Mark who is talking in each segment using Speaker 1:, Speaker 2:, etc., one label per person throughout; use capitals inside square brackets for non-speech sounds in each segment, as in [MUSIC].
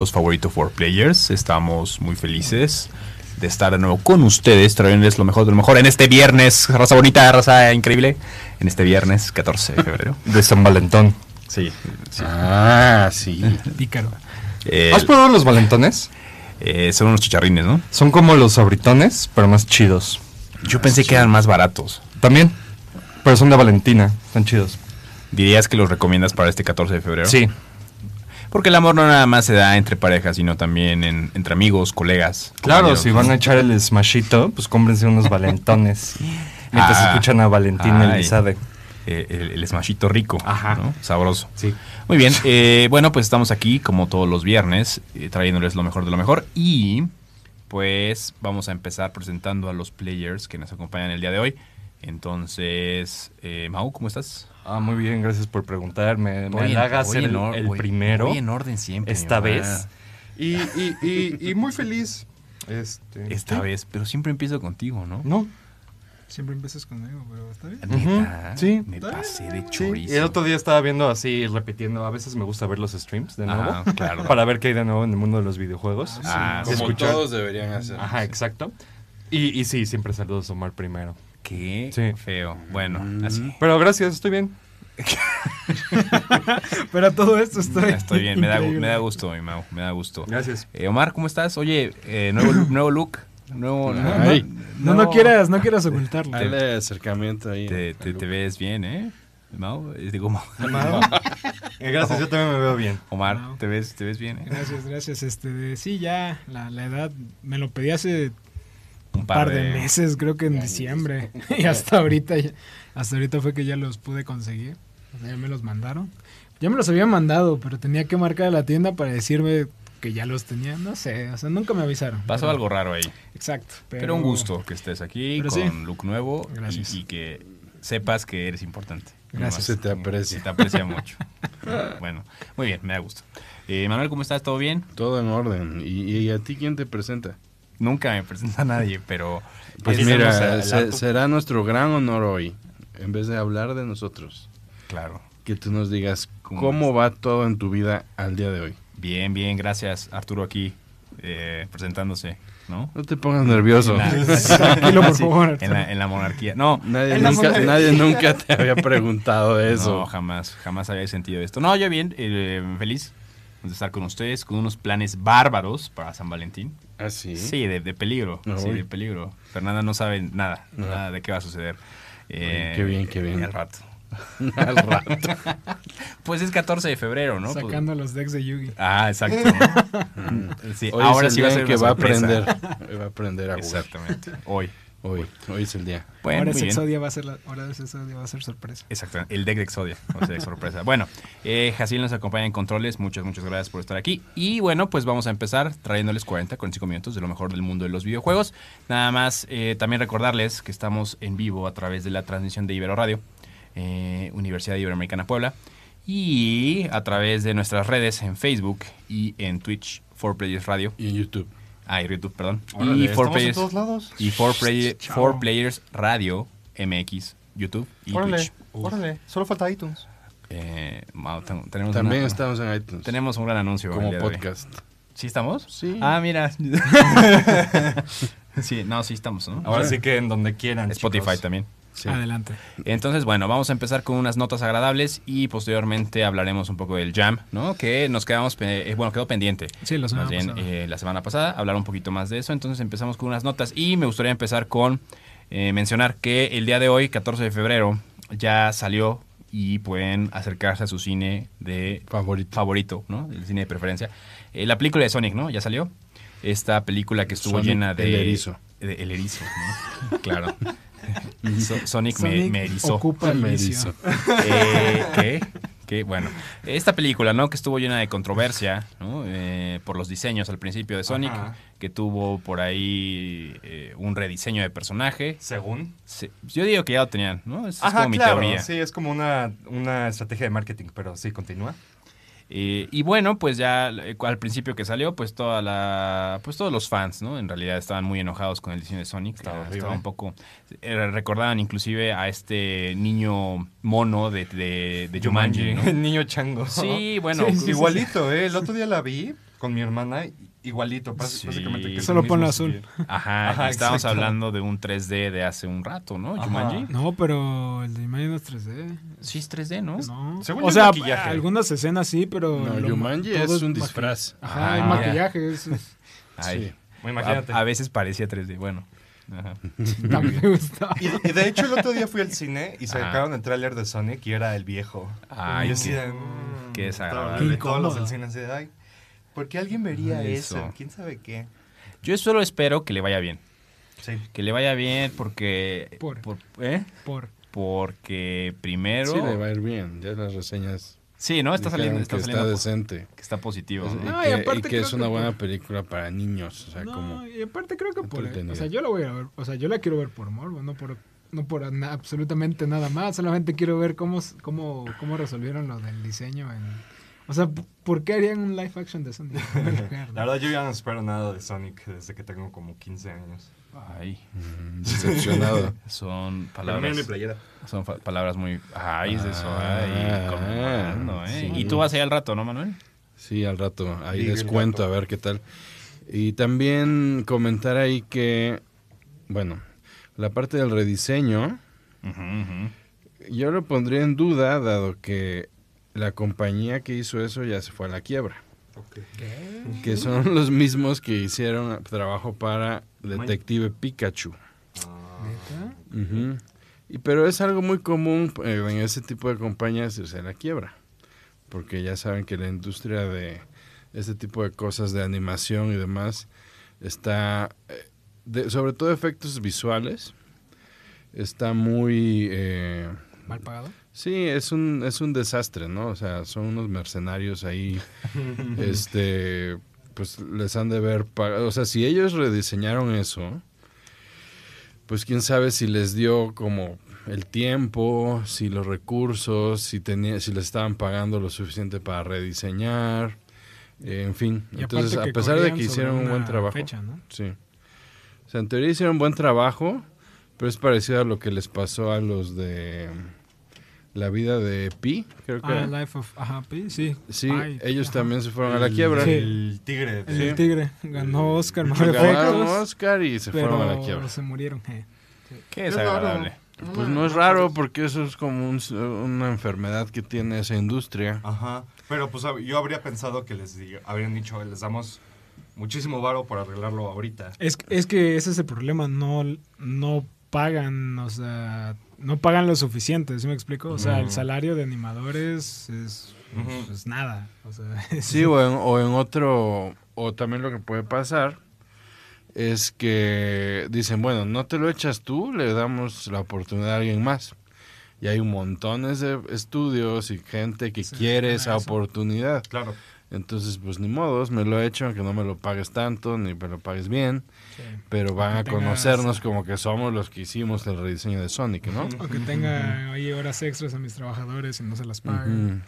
Speaker 1: Los favoritos for players, estamos muy felices de estar de nuevo con ustedes, trayéndoles lo mejor de lo mejor en este viernes, raza bonita, raza increíble, en este viernes 14 de febrero.
Speaker 2: De San Valentón.
Speaker 1: [LAUGHS] Sí. sí.
Speaker 2: Ah, sí.
Speaker 3: Pícaro.
Speaker 1: Eh,
Speaker 2: ¿Has probado los valentones?
Speaker 1: eh, son unos chicharrines, ¿no?
Speaker 2: Son como los sabritones, pero más chidos. Ah,
Speaker 1: Yo pensé que eran más baratos.
Speaker 2: También. Pero son de Valentina. Están chidos.
Speaker 1: ¿Dirías que los recomiendas para este 14 de febrero?
Speaker 2: Sí.
Speaker 1: Porque el amor no nada más se da entre parejas, sino también en- entre amigos, colegas.
Speaker 2: Claro,
Speaker 1: compañeros,
Speaker 2: si
Speaker 1: ¿no?
Speaker 2: van a echar el smashito, pues cómprense
Speaker 1: [LAUGHS]
Speaker 2: unos valentones. Mientras
Speaker 1: Ah.
Speaker 2: escuchan a Valentina
Speaker 1: Ay.
Speaker 2: Elizade.
Speaker 1: Eh, el, el smashito rico,
Speaker 2: Ajá.
Speaker 1: ¿no? Sabroso.
Speaker 2: Sí.
Speaker 1: Muy bien, eh, bueno, pues estamos aquí como todos los viernes, eh, trayéndoles lo mejor de lo mejor y pues vamos a empezar presentando a los players que nos acompañan el día de hoy. Entonces, eh, Mau, ¿cómo estás?
Speaker 2: Ah, muy bien, gracias por preguntarme. Me
Speaker 1: Voy en-
Speaker 2: halaga
Speaker 1: voy
Speaker 2: ser
Speaker 1: en
Speaker 2: el,
Speaker 1: or-
Speaker 2: el
Speaker 1: voy-
Speaker 2: primero
Speaker 1: voy en orden siempre. mi
Speaker 2: esta
Speaker 1: mamá.
Speaker 2: vez. Y, y- y- y muy feliz. Este,
Speaker 1: Esta
Speaker 2: sí.
Speaker 1: vez, pero siempre empiezo contigo, ¿no?
Speaker 2: No.
Speaker 3: Siempre empiezas conmigo, pero está bien.
Speaker 1: Neta,
Speaker 2: Ujú, sí.
Speaker 1: Me pasé de
Speaker 2: Sí,
Speaker 1: chorizo.
Speaker 2: Y el otro día estaba viendo así, repitiendo. A veces me gusta ver los streams de nuevo.
Speaker 1: Ajá, claro.
Speaker 2: Para ver qué hay de nuevo en el mundo de los videojuegos.
Speaker 1: Ah,
Speaker 2: Sí,
Speaker 4: Como
Speaker 2: escuchar.
Speaker 4: todos deberían hacer.
Speaker 2: Ajá, exacto. Y, y sí, siempre saludos a Omar primero.
Speaker 1: Qué
Speaker 2: Sí. Mm.
Speaker 1: feo. Bueno, así.
Speaker 2: Pero gracias, estoy bien.
Speaker 3: [LAUGHS] Pero todo esto estoy.
Speaker 1: Estoy Mm, bien, me da, gu-
Speaker 3: increíble.
Speaker 1: me da gusto, mi Mau, me da gusto.
Speaker 2: Gracias.
Speaker 1: Eh, Omar, ¿cómo estás? Oye, eh, nuevo, lu- nuevo look, nuevo...
Speaker 3: No,
Speaker 1: nuevo-
Speaker 3: no,
Speaker 4: Ay.
Speaker 3: no, no quieras, no quieras ocultarlo.
Speaker 4: Dale acercamiento ahí.
Speaker 1: Te, te- te ves bien, ¿eh? Mau, eh, digo, Mau.
Speaker 2: Eh, Gracias, yo también me veo bien.
Speaker 1: [LAUGHS] Omar,
Speaker 3: Mau.
Speaker 1: te ves, te ves bien, ¿eh?
Speaker 3: Gracias, gracias. Este, de- sí, ya la, la edad me lo pedí hace
Speaker 1: Un
Speaker 3: par de meses, creo que
Speaker 1: [LAUGHS]
Speaker 3: en diciembre y hasta ahorita, ya- hasta ahorita fue que ya los pude conseguir. O sea, ya me los mandaron. Ya me los había mandado, pero tenía que marcar a la tienda para decirme que ya los tenía. No sé, o sea, nunca me avisaron.
Speaker 1: Pasó
Speaker 3: Pero-
Speaker 1: algo raro ahí.
Speaker 3: Exacto. Pero,
Speaker 1: Pero un gusto que estés aquí
Speaker 3: Pero
Speaker 1: con
Speaker 3: sí.
Speaker 1: look nuevo y-
Speaker 3: Gracias.
Speaker 1: y, que sepas que eres importante.
Speaker 3: Gracias.
Speaker 4: Se te aprecia.
Speaker 1: Se te aprecia mucho. [LAUGHS] bueno, muy bien, me da gusto. Eh, Manuel, ¿cómo estás? ¿Todo bien?
Speaker 4: Todo en orden. ¿Y, y a ti quién te presenta?
Speaker 1: Nunca me presenta a nadie, pero...
Speaker 4: Pues
Speaker 1: es-
Speaker 4: mira,
Speaker 1: es-
Speaker 4: se- será nuestro gran honor hoy, en vez de hablar de nosotros,
Speaker 1: Claro.
Speaker 4: que tú nos digas
Speaker 1: ¿Cómo
Speaker 4: cómo, va todo en tu vida al día de hoy.
Speaker 1: Bien, bien, gracias Arturo aquí eh, presentándose, ¿no?
Speaker 4: No te pongas nervioso.
Speaker 1: En la-
Speaker 3: [LAUGHS] Tranquilo,
Speaker 1: [LAUGHS]
Speaker 3: por favor.
Speaker 1: En la, en la monarquía. No,
Speaker 4: Nadie
Speaker 3: En la
Speaker 4: nunca,
Speaker 3: monarquía.
Speaker 1: [LAUGHS]
Speaker 4: nadie nunca te había preguntado
Speaker 1: no,
Speaker 4: eso.
Speaker 1: jamás, jamás había sentido esto. No, yo bien, eh, feliz de estar con ustedes, con unos planes bárbaros para San Valentín.
Speaker 4: ¿Ah, sí? Ah,
Speaker 1: Sí, de, de peligro,
Speaker 4: Uy.
Speaker 1: sí, de peligro. Fernanda no sabe nada,
Speaker 4: No.
Speaker 1: nada de qué va a suceder.
Speaker 4: qué bien, qué bien.
Speaker 1: Al rato.
Speaker 4: [LAUGHS] Al rato.
Speaker 1: Pues es 14 de febrero, ¿no? Pues-
Speaker 3: Sacando los decks de Yugi.
Speaker 1: ah, exacto.
Speaker 4: [LAUGHS]
Speaker 1: ¿no? Sí,
Speaker 4: Hoy
Speaker 1: ahora
Speaker 4: es el
Speaker 1: sí va a
Speaker 4: día
Speaker 1: ser
Speaker 4: que
Speaker 1: una
Speaker 4: va a
Speaker 1: sorpresa.
Speaker 4: aprender. Hoy
Speaker 1: [LAUGHS]
Speaker 4: va a aprender a jugar.
Speaker 1: Exactamente. Hoy.
Speaker 4: Hoy, hoy es el día.
Speaker 1: Bueno,
Speaker 3: ahora
Speaker 1: muy bien.
Speaker 3: Sexodia va a ser la, ahora Sexodia va a ser sorpresa.
Speaker 1: Exactamente, el deck de Exodia, o sea, [LAUGHS] sorpresa. Bueno, eh, Jaciel nos acompaña en controles, muchas, muchas gracias por estar aquí. Y bueno, pues vamos a empezar trayéndoles 40, 45 minutos de lo mejor del mundo de los videojuegos. Nada más, eh, también recordarles que estamos en vivo a través de la transmisión de Ibero Radio, eh, Universidad Iberoamericana Puebla, y a través de nuestras redes en Facebook y en Twitch, 4Players Radio,
Speaker 4: Y en YouTube.
Speaker 1: ah, y YouTube, perdón,
Speaker 2: Órale,
Speaker 1: y 4
Speaker 2: estamos en
Speaker 1: Players,
Speaker 2: todos lados.
Speaker 1: y 4 Play- 4 Players Radio MX, YouTube y Twitch.
Speaker 2: Órale, órale. Solo falta iTunes.
Speaker 1: Eh, Mau, ten- tenemos
Speaker 4: También
Speaker 1: una-
Speaker 4: estamos en iTunes.
Speaker 1: Tenemos un gran anuncio. el
Speaker 4: como
Speaker 1: día de hoy.
Speaker 4: podcast.
Speaker 1: ¿Sí estamos?
Speaker 4: Sí.
Speaker 1: Ah, mira. [LAUGHS] sí, no, sí estamos, ¿no?
Speaker 2: Ahora sí que en donde quieran.
Speaker 1: Spotify
Speaker 2: chicos.
Speaker 1: también.
Speaker 4: Sí.
Speaker 3: Adelante.
Speaker 1: Entonces, bueno, vamos a empezar con unas notas agradables y posteriormente hablaremos un poco del jam, ¿no? Que nos quedamos, pe- eh, bueno, quedó pendiente.
Speaker 3: Sí, la semana
Speaker 1: Más bien,
Speaker 3: pasada.
Speaker 1: eh, la semana pasada, hablar un poquito más de eso. Entonces empezamos con unas notas y me gustaría empezar con eh, mencionar que el día de hoy, 14 de febrero, ya salió y pueden acercarse a su cine de
Speaker 4: Favorito.
Speaker 1: favorito, ¿no? El cine de preferencia. Eh, la película de Sonic, ¿no? Ya salió. Esta película que estuvo
Speaker 4: Sonic
Speaker 1: llena de...
Speaker 4: el erizo.
Speaker 1: de- el erizo, ¿no? [LAUGHS] claro. So- Sonic, me-
Speaker 3: Sonic
Speaker 1: me erizó.
Speaker 3: Ocupa el
Speaker 4: Me
Speaker 3: vicio.
Speaker 1: Eh, ¿Qué? ¿Qué? Bueno, esta película, ¿no? Que estuvo llena de controversia, ¿no? Eh, por los diseños al principio de Sonic,
Speaker 2: Ajá.
Speaker 1: que tuvo por ahí eh, un rediseño de personaje.
Speaker 2: Según.
Speaker 1: Se- yo digo que ya lo tenían, ¿no? Esa Es,
Speaker 2: Ajá,
Speaker 1: como mi
Speaker 2: claro.
Speaker 1: teoría.
Speaker 2: Sí, es como una, una estrategia de marketing, pero sí, continúa.
Speaker 1: Eh, y bueno, pues ya eh, al principio que salió, pues toda la, pues todos los fans, ¿no? En realidad estaban muy enojados con el diseño de Sonic.
Speaker 2: Estaba
Speaker 1: Eh,
Speaker 2: horrible.
Speaker 1: un poco, eh, recordaban inclusive a este niño mono de, de, de Jumanji, ¿no? [LAUGHS]
Speaker 2: El niño chango.
Speaker 1: Sí, bueno,
Speaker 2: Igualito, ¿eh? El otro día la vi con mi hermana, igualito, bas-
Speaker 1: Sí.
Speaker 2: básicamente. Que es
Speaker 3: Solo
Speaker 2: el
Speaker 3: ponlo
Speaker 2: mismo
Speaker 3: azul.
Speaker 2: subir.
Speaker 1: Ajá,
Speaker 2: Ajá,
Speaker 1: estábamos
Speaker 2: exacto.
Speaker 1: hablando de un 3D de hace un rato, ¿no?
Speaker 2: Ajá.
Speaker 1: Jumanji.
Speaker 3: No, pero el de Imagine es 3D.
Speaker 1: Sí, es 3D, ¿no?
Speaker 3: No.
Speaker 2: Según yo
Speaker 3: o
Speaker 2: es
Speaker 3: sea,
Speaker 2: maquillaje.
Speaker 3: algunas escenas sí, pero.
Speaker 4: No,
Speaker 3: lo-
Speaker 4: Jumanji
Speaker 3: todo
Speaker 4: es un
Speaker 3: maqui-
Speaker 4: disfraz.
Speaker 3: Ajá, hay
Speaker 1: Ah,
Speaker 3: maquillaje. eso es- [LAUGHS]
Speaker 1: Ay,
Speaker 4: Sí.
Speaker 2: Imagínate.
Speaker 1: A, a veces parecía 3D, bueno. Ajá.
Speaker 3: no me gusta.
Speaker 2: Y, y de hecho, el otro día fui al cine y
Speaker 1: Ajá.
Speaker 2: sacaron el tráiler de Sonic y era el viejo.
Speaker 1: Ay,
Speaker 2: Y
Speaker 1: sí.
Speaker 2: así de, mm,
Speaker 1: Qué desagradable.
Speaker 2: estaba-
Speaker 3: Qué
Speaker 2: Todos los del
Speaker 3: incómodo.
Speaker 2: cine así de, ay, ¿por qué alguien vería
Speaker 1: Ay,
Speaker 2: eso?
Speaker 1: eso.
Speaker 2: ¿Quién sabe qué?
Speaker 1: Yo solo espero que le vaya bien.
Speaker 2: Sí.
Speaker 1: Que le vaya bien porque...
Speaker 3: Por.
Speaker 1: ¿eh?
Speaker 3: Por.
Speaker 1: Porque primero...
Speaker 4: Sí, le va a ir bien. Ya las reseñas.
Speaker 1: Sí, ¿no? Está
Speaker 4: dijeron
Speaker 1: saliendo, está
Speaker 4: que
Speaker 1: saliendo po-
Speaker 4: decente.
Speaker 1: que está positivo.
Speaker 4: Es-
Speaker 1: ¿no?
Speaker 3: No, y
Speaker 4: y, que,
Speaker 3: aparte
Speaker 4: y que
Speaker 3: creo
Speaker 4: es
Speaker 3: que
Speaker 4: una
Speaker 3: por-
Speaker 4: buena película para niños. O sea,
Speaker 3: no,
Speaker 4: como.
Speaker 3: y aparte creo que por.
Speaker 4: entretenida.
Speaker 3: O sea, yo la voy a ver. O sea, yo la quiero ver por morbo, no por. No por na- absolutamente nada más, solamente quiero ver cómo, s- cómo, cómo resolvieron lo del diseño. en- o sea, p- ¿por qué harían un live action [LAUGHS] de Sonic?
Speaker 2: La verdad, yo ya no espero nada de Sonic desde que tengo como 15 años.
Speaker 1: Ay,
Speaker 4: mm, Decepcionado.
Speaker 1: son
Speaker 2: Pero mira
Speaker 1: palabras...
Speaker 2: mi playera.
Speaker 1: Son fa- palabras muy... Ay, es de eso.
Speaker 4: Ah,
Speaker 1: Ay, conmemorando, ¿eh?
Speaker 4: sí.
Speaker 1: Y tú vas allá al rato, ¿no, Manuel?
Speaker 4: Sí, al rato. Ahí
Speaker 2: Vive el
Speaker 4: descuento, a
Speaker 2: gato.
Speaker 4: ver qué tal. Y también comentar ahí que, bueno, la parte del rediseño,
Speaker 1: Ujú, ujú.
Speaker 4: yo lo pondría en duda, dado que la compañía que hizo eso ya se fue a la quiebra. Que son [LAUGHS] los mismos que hicieron trabajo para Detective Pikachu.
Speaker 1: Ah.
Speaker 3: ¿Neta?
Speaker 4: Ujú. y, pero es algo muy común eh, en ese tipo de compañías irse a la quiebra. Porque ya saben que la industria de este tipo de cosas de animación y demás está, eh, de- sobre todo efectos visuales, está muy... eh,
Speaker 3: ¿Mal pagado?
Speaker 4: Sí, es un, es un desastre, ¿no? O sea, son unos
Speaker 3: [LAUGHS]
Speaker 4: mercenarios ahí, este, pues les han de ver pagado. O sea, si ellos rediseñaron eso, pues quién sabe si les dio como el tiempo, si los recursos, si, tenía, si les estaban pagando lo suficiente para rediseñar, eh, en fin.
Speaker 3: Y
Speaker 4: Entonces, a
Speaker 3: aparte
Speaker 4: pesar de
Speaker 3: corrían
Speaker 4: que
Speaker 3: sobre
Speaker 4: hicieron un
Speaker 3: una
Speaker 4: buen trabajo.
Speaker 3: fecha, ¿no?
Speaker 4: Sí. O sea, en teoría hicieron buen trabajo, pero es parecido a lo que les pasó a los de la vida de Pi, creo que.
Speaker 3: Ah,
Speaker 4: era.
Speaker 3: Life of Ajá, Pi, sí.
Speaker 4: Sí,
Speaker 3: Ay,
Speaker 4: ellos
Speaker 3: ajá.
Speaker 4: también se fueron a la quiebra.
Speaker 3: Sí.
Speaker 2: El tigre.
Speaker 3: El
Speaker 2: sí.
Speaker 3: del tigre ganó Oscar mejor
Speaker 4: Ganaron
Speaker 3: efectos,
Speaker 4: Oscar y se
Speaker 3: pues, pero
Speaker 4: fueron a la quiebra.
Speaker 3: se murieron. eh.
Speaker 1: Qué desagradable.
Speaker 4: Pues no es raro porque eso es como un- una enfermedad que tiene esa industria.
Speaker 2: Ajá. Pero pues hab- yo habría pensado que les di- habrían dicho, les damos muchísimo varo por arreglarlo ahorita.
Speaker 3: Es, es que ese es el problema, no, no pagan, o sea, no pagan lo suficiente, ¿sí me explico? O sea, el salario de animadores es,
Speaker 2: Ujú.
Speaker 3: es nada. O sea, [LAUGHS] es-
Speaker 4: Sí, o en, o en otro, o también lo que puede pasar es que dicen, bueno, no te lo echas tú, le damos la oportunidad a alguien más. Y hay montones de estudios y gente que
Speaker 3: Sí,
Speaker 4: quiere
Speaker 3: para
Speaker 4: esa
Speaker 3: eso.
Speaker 4: oportunidad.
Speaker 2: Claro.
Speaker 4: Entonces, pues ni modos, me lo he hecho, aunque no me lo pagues tanto, ni me lo pagues bien, pero van a
Speaker 3: Aunque tengas-
Speaker 4: conocernos como que somos los que hicimos el rediseño de Sonic, ¿no?
Speaker 3: O que tenga ahí horas extras a mis trabajadores y no se las pagan.
Speaker 4: Ujú.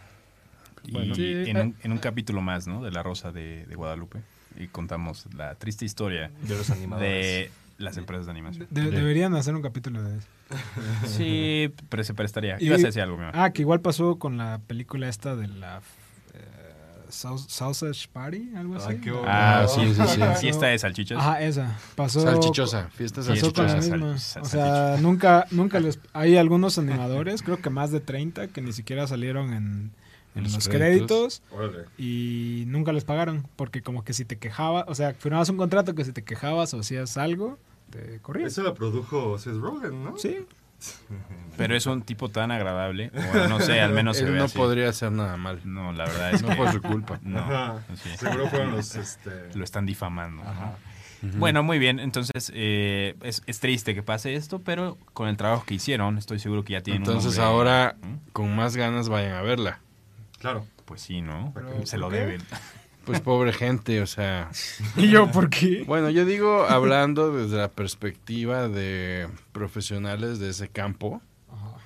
Speaker 1: Y
Speaker 4: Bueno.
Speaker 3: Sí,
Speaker 1: en,
Speaker 3: eh.
Speaker 1: un, en un capítulo más, ¿no? De La Rosa de, de Guadalupe. Y contamos la triste historia
Speaker 2: De los animadores.
Speaker 1: de las empresas de animación.
Speaker 3: De- Deberían hacer un capítulo de eso.
Speaker 1: Sí, pero se prestaría.
Speaker 3: Y-
Speaker 1: Ibas a decir algo, mi amor.
Speaker 3: Ah, que igual pasó con la película esta de la eh, Sau- Sausage Party, algo así.
Speaker 2: Ay, qué horror.
Speaker 1: Ah,
Speaker 2: Ah,
Speaker 1: sí, sí,
Speaker 4: sí,
Speaker 1: sí.
Speaker 4: sí.
Speaker 1: Fiesta de salchichas.
Speaker 3: Ajá, esa. Pasó
Speaker 4: Salchichosa, fiestas
Speaker 1: Sí,
Speaker 3: Pasó con la
Speaker 1: Salchichas,
Speaker 4: salchichosas.
Speaker 1: sal-
Speaker 3: misma.
Speaker 1: sal-
Speaker 3: O sea, nunca, nunca les. Hay algunos animadores, creo que más de 30, que ni siquiera salieron en, en
Speaker 4: Los
Speaker 3: los
Speaker 4: créditos.
Speaker 3: créditos y nunca les pagaron. Porque, como que si te quejabas, o sea, firmabas un contrato que si te quejabas o hacías algo, te corrías.
Speaker 2: Eso lo produjo Seth Rogen, ¿no?
Speaker 3: Sí, [LAUGHS]
Speaker 1: Pero es un tipo tan agradable. Bueno, no sé, al menos se
Speaker 4: Él
Speaker 1: ve
Speaker 4: no
Speaker 1: así.
Speaker 4: podría hacer nada mal.
Speaker 1: No, la verdad es
Speaker 4: No
Speaker 1: que
Speaker 4: fue su culpa.
Speaker 1: no.
Speaker 2: Ajá.
Speaker 1: Sí.
Speaker 2: Seguro fueron los, este...
Speaker 1: [LAUGHS] Lo están difamando. ¿no?
Speaker 2: Ajá.
Speaker 1: Bueno, muy bien. Entonces, eh, es, es triste que pase esto, pero con el trabajo que hicieron, estoy seguro que ya tienen un
Speaker 4: Entonces
Speaker 1: nombre.
Speaker 4: ahora,
Speaker 1: ¿Mm?
Speaker 4: con más ganas, vayan a verla.
Speaker 2: Claro.
Speaker 1: Pues sí, ¿no?
Speaker 3: Pero,
Speaker 1: se lo
Speaker 3: ¿por qué?
Speaker 1: deben. [LAUGHS]
Speaker 4: Pues pobre gente, o sea.
Speaker 3: y yo, ¿por qué?
Speaker 4: Bueno, yo digo, hablando desde la perspectiva de profesionales de ese campo,
Speaker 3: Ajá.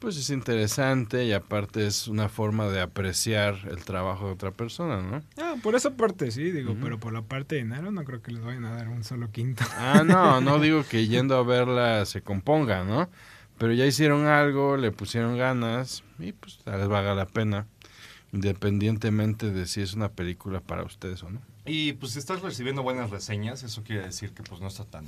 Speaker 4: pues es interesante y aparte es una forma de apreciar el trabajo de otra persona, ¿no?
Speaker 3: Ah, por esa parte sí, digo,
Speaker 4: Ujú.
Speaker 3: pero por la parte de dinero no creo que les vayan a dar un solo quinto.
Speaker 4: Ah, no, no digo que yendo a verla se componga, ¿no? Pero ya hicieron algo, le pusieron ganas y pues tal vez valga la pena. independientemente de si es una película para ustedes o no.
Speaker 2: Y pues si estás recibiendo buenas reseñas, eso quiere decir que pues no está tan,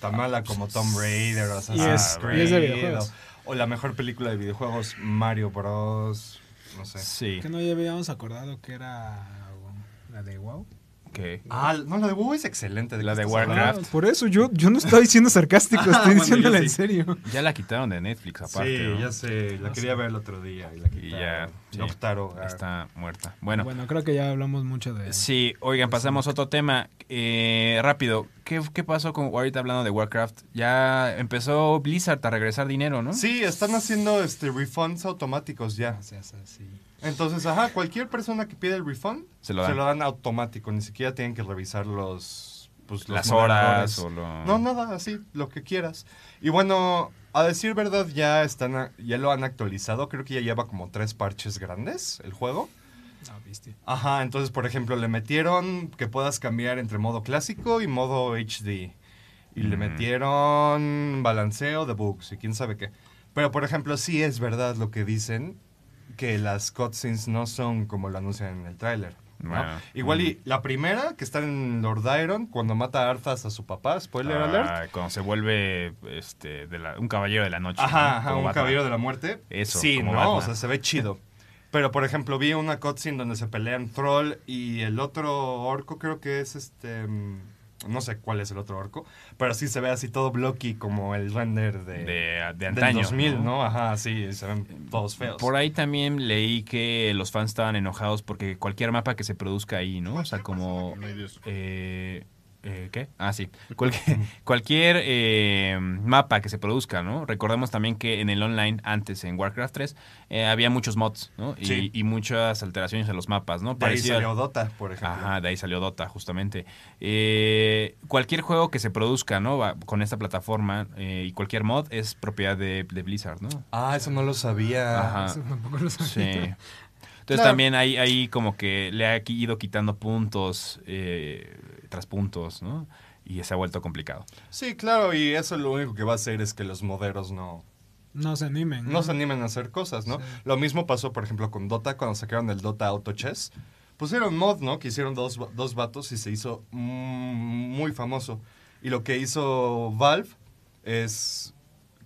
Speaker 2: tan mala como Tom Raider o Assassin's
Speaker 3: Y es-
Speaker 2: Creed,
Speaker 3: y es de videojuegos.
Speaker 2: O, o la mejor película de videojuegos, Mario Bros. No sé.
Speaker 1: Sí.
Speaker 3: Que no ya habíamos acordado que era um, la de WoW.
Speaker 1: Ok.
Speaker 2: Ah, no, la de WoW es excelente.
Speaker 1: La
Speaker 2: qué
Speaker 1: de
Speaker 2: estás
Speaker 1: Warcraft.
Speaker 2: hablando?
Speaker 3: Ah, por eso yo, yo no estaba
Speaker 2: [LAUGHS]
Speaker 3: diciendo sarcástico, estoy
Speaker 2: Bueno, yo
Speaker 3: diciéndole
Speaker 2: sí.
Speaker 3: en serio.
Speaker 1: Ya la quitaron de Netflix aparte.
Speaker 2: Sí,
Speaker 1: ¿no?
Speaker 2: ya sé, la quería ver el otro día y la
Speaker 1: Y
Speaker 2: quitaron.
Speaker 1: ya, sí,
Speaker 2: La optaron. ah.
Speaker 1: está muerta. Bueno,
Speaker 3: Bueno, creo que ya hablamos mucho de
Speaker 1: sí, oigan,
Speaker 2: Pues
Speaker 1: pasamos a otro tema. Eh, rápido, ¿Qué, ¿qué pasó con ahorita hablando de Warcraft? Ya empezó Blizzard a regresar dinero, ¿no?
Speaker 2: Sí, están haciendo este refunds automáticos ya. Entonces, ajá, cualquier persona que pida el refund
Speaker 1: Se lo dan.
Speaker 2: automático, ni siquiera tienen que revisar los pues, los
Speaker 1: Las horas
Speaker 2: moderadores.
Speaker 1: o lo...
Speaker 2: No, nada, así, lo que quieras. Y bueno, a decir verdad, ya están a- ya lo han actualizado, creo que ya lleva como tres parches grandes el juego. Ajá, entonces, por ejemplo, le metieron que puedas cambiar entre modo clásico y modo HD. Y le
Speaker 1: Mm.
Speaker 2: metieron balanceo de bugs y quién sabe qué. Pero, por ejemplo, sí es verdad lo que dicen, que las cutscenes no son como lo anuncian en el tráiler. ¿no?
Speaker 1: Bueno. mm.
Speaker 2: Igual y la primera, que está en Lord Iron, cuando mata a Arthas a su papá, spoiler alert.
Speaker 1: Ah, Cuando se vuelve este, de la- un caballero de la noche. ¿no?
Speaker 2: Ajá, ajá,
Speaker 1: Pues, Como
Speaker 2: un
Speaker 1: Batman.
Speaker 2: caballero de la muerte.
Speaker 1: Eso,
Speaker 2: Sí,
Speaker 1: como
Speaker 2: no,
Speaker 1: Batman.
Speaker 2: o sea, se ve chido. Pero, por ejemplo, vi una cutscene donde se pelean Troll y el otro orco, creo que es este... mm, No sé cuál es el otro orco, pero sí se ve así todo blocky como el render de...
Speaker 1: De, de
Speaker 2: del
Speaker 1: antaño. Eh,
Speaker 2: 2000, ¿no? Ajá, sí, se ven todos feos.
Speaker 1: Por ahí también leí que los fans estaban enojados porque cualquier mapa que se produzca ahí, ¿no? O sea, como... eh, eh, ¿Qué? Ah, sí. Cualquier, [LAUGHS] cualquier eh, mapa que se produzca, ¿no? Recordemos también que en el online, antes en Warcraft 3, eh, había muchos mods, ¿no? Y,
Speaker 2: Sí.
Speaker 1: y muchas alteraciones a los mapas, ¿no?
Speaker 2: De ahí
Speaker 1: Parecía-
Speaker 2: salió Dota, por ejemplo.
Speaker 1: Ajá, de ahí salió Dota, justamente. Eh, cualquier juego que se produzca, ¿no? Va- Con esta plataforma eh, y cualquier mod es propiedad de, de Blizzard, ¿no?
Speaker 2: Ah, eso no lo sabía.
Speaker 1: Ajá.
Speaker 3: Eso tampoco lo
Speaker 1: Sí.
Speaker 3: sabía.
Speaker 1: Entonces
Speaker 2: [LAUGHS] Claro.
Speaker 1: también ahí, ahí como que le ha qui- ido quitando puntos eh, tras puntos, ¿no? Y se ha vuelto complicado.
Speaker 2: Sí, claro, y eso lo único que va a hacer es que los moderos no,
Speaker 3: No se animen.
Speaker 2: no se animen a hacer cosas, ¿no?
Speaker 3: Sí.
Speaker 2: Lo mismo pasó, por ejemplo, con Dota, cuando sacaron el Dota Auto Chess. Pusieron mod, ¿no? Que hicieron dos, va- dos vatos y se hizo mm, muy famoso. Y lo que hizo Valve es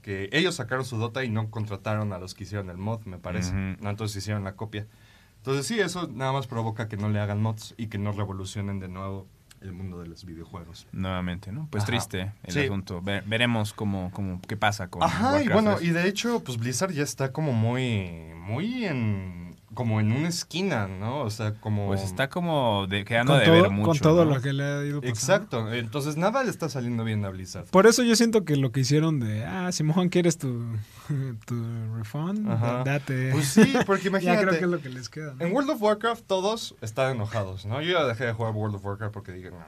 Speaker 2: que ellos sacaron su Dota y no contrataron a los que hicieron el mod, me parece.
Speaker 1: Ujú.
Speaker 2: ¿no? Entonces hicieron la copia. Entonces sí, eso nada más provoca que no le hagan mods y que no revolucionen de nuevo el mundo de los videojuegos.
Speaker 1: Nuevamente, ¿no? Pues
Speaker 2: Ajá.
Speaker 1: triste el
Speaker 2: Sí.
Speaker 1: asunto. Ve- veremos cómo, cómo, qué pasa con
Speaker 2: Ajá, y
Speaker 1: Warcraft
Speaker 2: bueno,
Speaker 1: tres.
Speaker 2: y de hecho, pues Blizzard ya está como muy, muy en, como en una esquina, ¿no? O sea, como...
Speaker 1: Pues está como de,
Speaker 3: Con
Speaker 1: quedando de ver
Speaker 3: todo,
Speaker 1: mucho.
Speaker 3: con todo
Speaker 1: ¿no?
Speaker 3: lo que le ha ido pasando.
Speaker 2: Exacto, entonces nada le está saliendo bien a Blizzard.
Speaker 3: Por eso yo siento que lo que hicieron de, ah, si Mohan quieres tu, [LAUGHS] tu refund,
Speaker 2: Ajá.
Speaker 3: date.
Speaker 2: Pues sí, porque
Speaker 3: [LAUGHS] Ya creo
Speaker 2: imagínate,
Speaker 3: que es lo que les queda. ¿no?
Speaker 2: en World of Warcraft todos están enojados, ¿no? Yo ya dejé de jugar World of Warcraft porque dije, "No,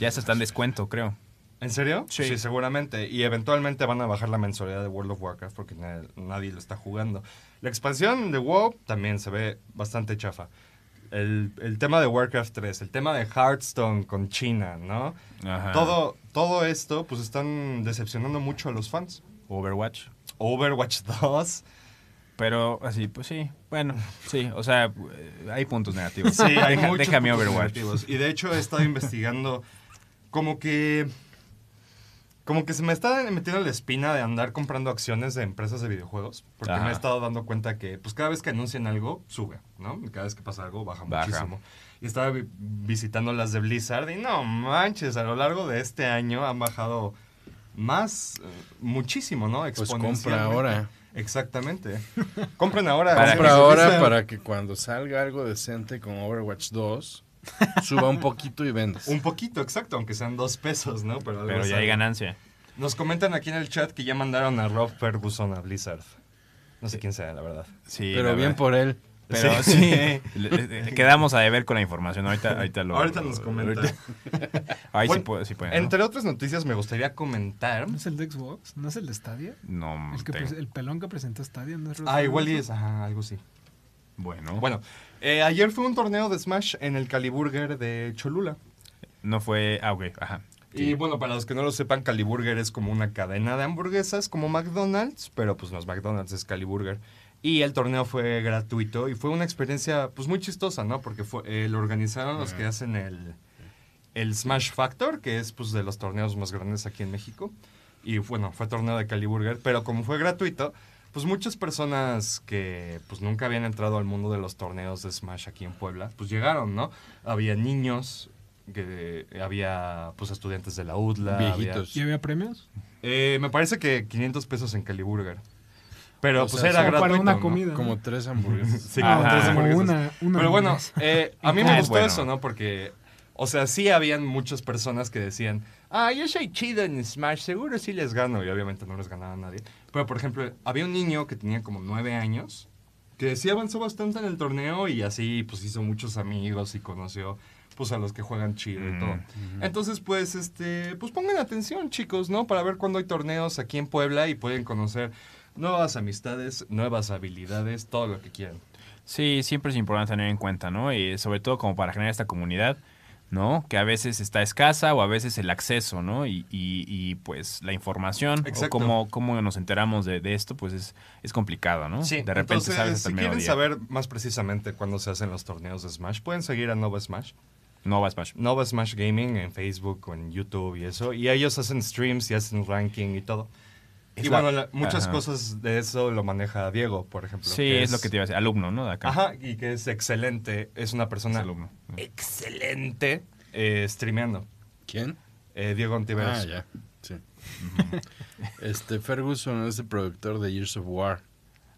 Speaker 1: Ya se está en descuento, creo.
Speaker 2: ¿En serio?
Speaker 1: Sí.
Speaker 2: seguramente. Y eventualmente van a bajar la mensualidad de World of Warcraft porque na- nadie, lo está jugando. La expansión de WoW también se ve bastante chafa. El, el tema de Warcraft 3, el tema de Hearthstone con China, ¿no?
Speaker 1: Ajá.
Speaker 2: Todo, todo esto, pues están decepcionando mucho a los fans.
Speaker 1: Overwatch.
Speaker 2: Overwatch 2.
Speaker 1: Pero así, pues sí. Bueno, sí. O sea, eh, hay puntos negativos.
Speaker 2: Sí, hay
Speaker 1: Deja-
Speaker 2: muchos
Speaker 1: déjame
Speaker 2: puntos
Speaker 1: Overwatch.
Speaker 2: negativos. Y de hecho he estado investigando como que... Como que se me está metiendo la espina de andar comprando acciones de empresas de videojuegos. Porque
Speaker 1: Ajá.
Speaker 2: me he estado dando cuenta que pues cada vez que anuncian algo, sube, ¿no? Y cada vez que pasa algo, baja,
Speaker 1: Baja.
Speaker 2: muchísimo. Y estaba vi- visitando las de Blizzard y no manches, a lo largo de este año han bajado más, eh, muchísimo, ¿no?
Speaker 4: Pues compra ahora.
Speaker 2: Exactamente. Compren ahora.
Speaker 1: Para
Speaker 4: Compra
Speaker 1: que-
Speaker 4: ahora para que cuando salga algo decente con Overwatch 2, suba un poquito y vendas.
Speaker 2: Un poquito, exacto, aunque sean dos pesos, ¿no? Pero, algo
Speaker 1: Pero
Speaker 2: es
Speaker 1: ya hay
Speaker 2: algo.
Speaker 1: ganancia.
Speaker 2: Nos comentan aquí en el chat que ya mandaron a Rob Ferguson a Blizzard. No
Speaker 1: Eh,
Speaker 2: sé quién sea, la verdad.
Speaker 1: Sí, la
Speaker 4: Pero bien
Speaker 1: verdad.
Speaker 4: por él.
Speaker 1: Pero
Speaker 2: Sí.
Speaker 1: sí, [LAUGHS] eh. le- le- le quedamos a deber con la información. Ahorita, ahorita lo.
Speaker 2: Ahorita nos comentan.
Speaker 1: ahorita- [LAUGHS] Ahí sí
Speaker 2: Bueno,
Speaker 1: puede. Sí puede ¿no?
Speaker 2: Entre otras noticias, me gustaría comentar.
Speaker 3: ¿No es el de Xbox? ¿No es el de Stadia?
Speaker 1: No,
Speaker 3: El, que pues, eh,
Speaker 1: tengo.
Speaker 3: pre- el pelón que presentó Stadia, ¿no es
Speaker 2: Ah,
Speaker 3: Rodrigo?
Speaker 2: igual y es, ajá, algo sí.
Speaker 1: Bueno,
Speaker 2: Bueno, eh, ayer fue un torneo de Smash en el Caliburger de Cholula.
Speaker 1: no fue. Ah, ok, ajá.
Speaker 2: Y bueno, para los que no lo sepan, Caliburger es como una cadena de hamburguesas, como McDonald's, pero pues no es McDonald's, es Caliburger. Y el torneo fue gratuito y fue una experiencia pues muy chistosa, ¿no? Porque fue, eh, lo organizaron los que hacen el, el Smash Factor, que es pues de los torneos más grandes aquí en México. Y bueno, fue torneo de Caliburger, pero como fue gratuito, pues muchas personas que pues nunca habían entrado al mundo de los torneos de Smash aquí en Puebla, pues llegaron, ¿no? Había niños, que había pues estudiantes de la UDLA, había-
Speaker 4: Viejitos.
Speaker 3: ¿Y Pues, había premios?
Speaker 2: eh, me parece que 500 pesos en Caliburger. Pero
Speaker 4: O
Speaker 2: pues
Speaker 4: sea,
Speaker 2: era
Speaker 4: como
Speaker 2: gratuito.
Speaker 4: para
Speaker 3: una
Speaker 2: ¿no?
Speaker 3: comida.
Speaker 4: Como tres hamburguesas.
Speaker 2: Sí, como
Speaker 1: Ajá.
Speaker 2: tres
Speaker 1: Como
Speaker 2: hamburguesas.
Speaker 3: una- una
Speaker 2: Pero bueno,
Speaker 3: hamburguesa.
Speaker 2: eh, a mí
Speaker 1: Ah,
Speaker 2: me
Speaker 1: es
Speaker 2: gustó
Speaker 1: bueno.
Speaker 2: eso, ¿no? Porque, o sea, sí habían muchas personas que decían, ah, yo soy chido en Smash, seguro sí les gano. Y obviamente no les ganaba a nadie. Pero, por ejemplo, había un niño que tenía como nueve años, que sí avanzó bastante en el torneo y así, pues, hizo muchos amigos y conoció, pues, a los que juegan chido y todo. Entonces, pues, este, pues, pongan atención, chicos, ¿no? Para ver cuándo hay torneos aquí en Puebla y pueden conocer nuevas amistades, nuevas habilidades, todo lo que quieran.
Speaker 1: Sí, siempre es importante tener en cuenta, ¿no? Y sobre todo como para generar esta comunidad, ¿no? Que a veces está escasa o a veces el acceso, ¿no? Y, y- y, pues la información
Speaker 2: Exacto.
Speaker 1: o cómo, cómo nos enteramos de, de esto, pues es, es complicado, ¿no?
Speaker 2: Sí,
Speaker 1: de repente
Speaker 2: entonces,
Speaker 1: sabes hasta
Speaker 2: si
Speaker 1: el mero
Speaker 2: quieren
Speaker 1: día.
Speaker 2: saber más precisamente cuándo se hacen los torneos de Smash, pueden seguir a Nova Smash.
Speaker 1: No vas más.
Speaker 2: Nova Smash Gaming en Facebook, en YouTube y eso. Y ellos hacen streams y hacen ranking y todo.
Speaker 1: Es
Speaker 2: y
Speaker 1: la-
Speaker 2: bueno, la- muchas
Speaker 1: Ajá.
Speaker 2: cosas de eso lo maneja Diego, por ejemplo.
Speaker 1: Sí,
Speaker 2: que
Speaker 1: es, lo que te iba a decir. Alumno, ¿no? De acá.
Speaker 2: Ajá, y que es excelente. Es una
Speaker 1: Es
Speaker 2: persona
Speaker 1: alumno.
Speaker 2: excelente eh, streameando.
Speaker 4: ¿Quién?
Speaker 2: Eh, Diego Antiveros.
Speaker 4: Ah, ya. Sí. Este Ferguson es el productor de Years of War.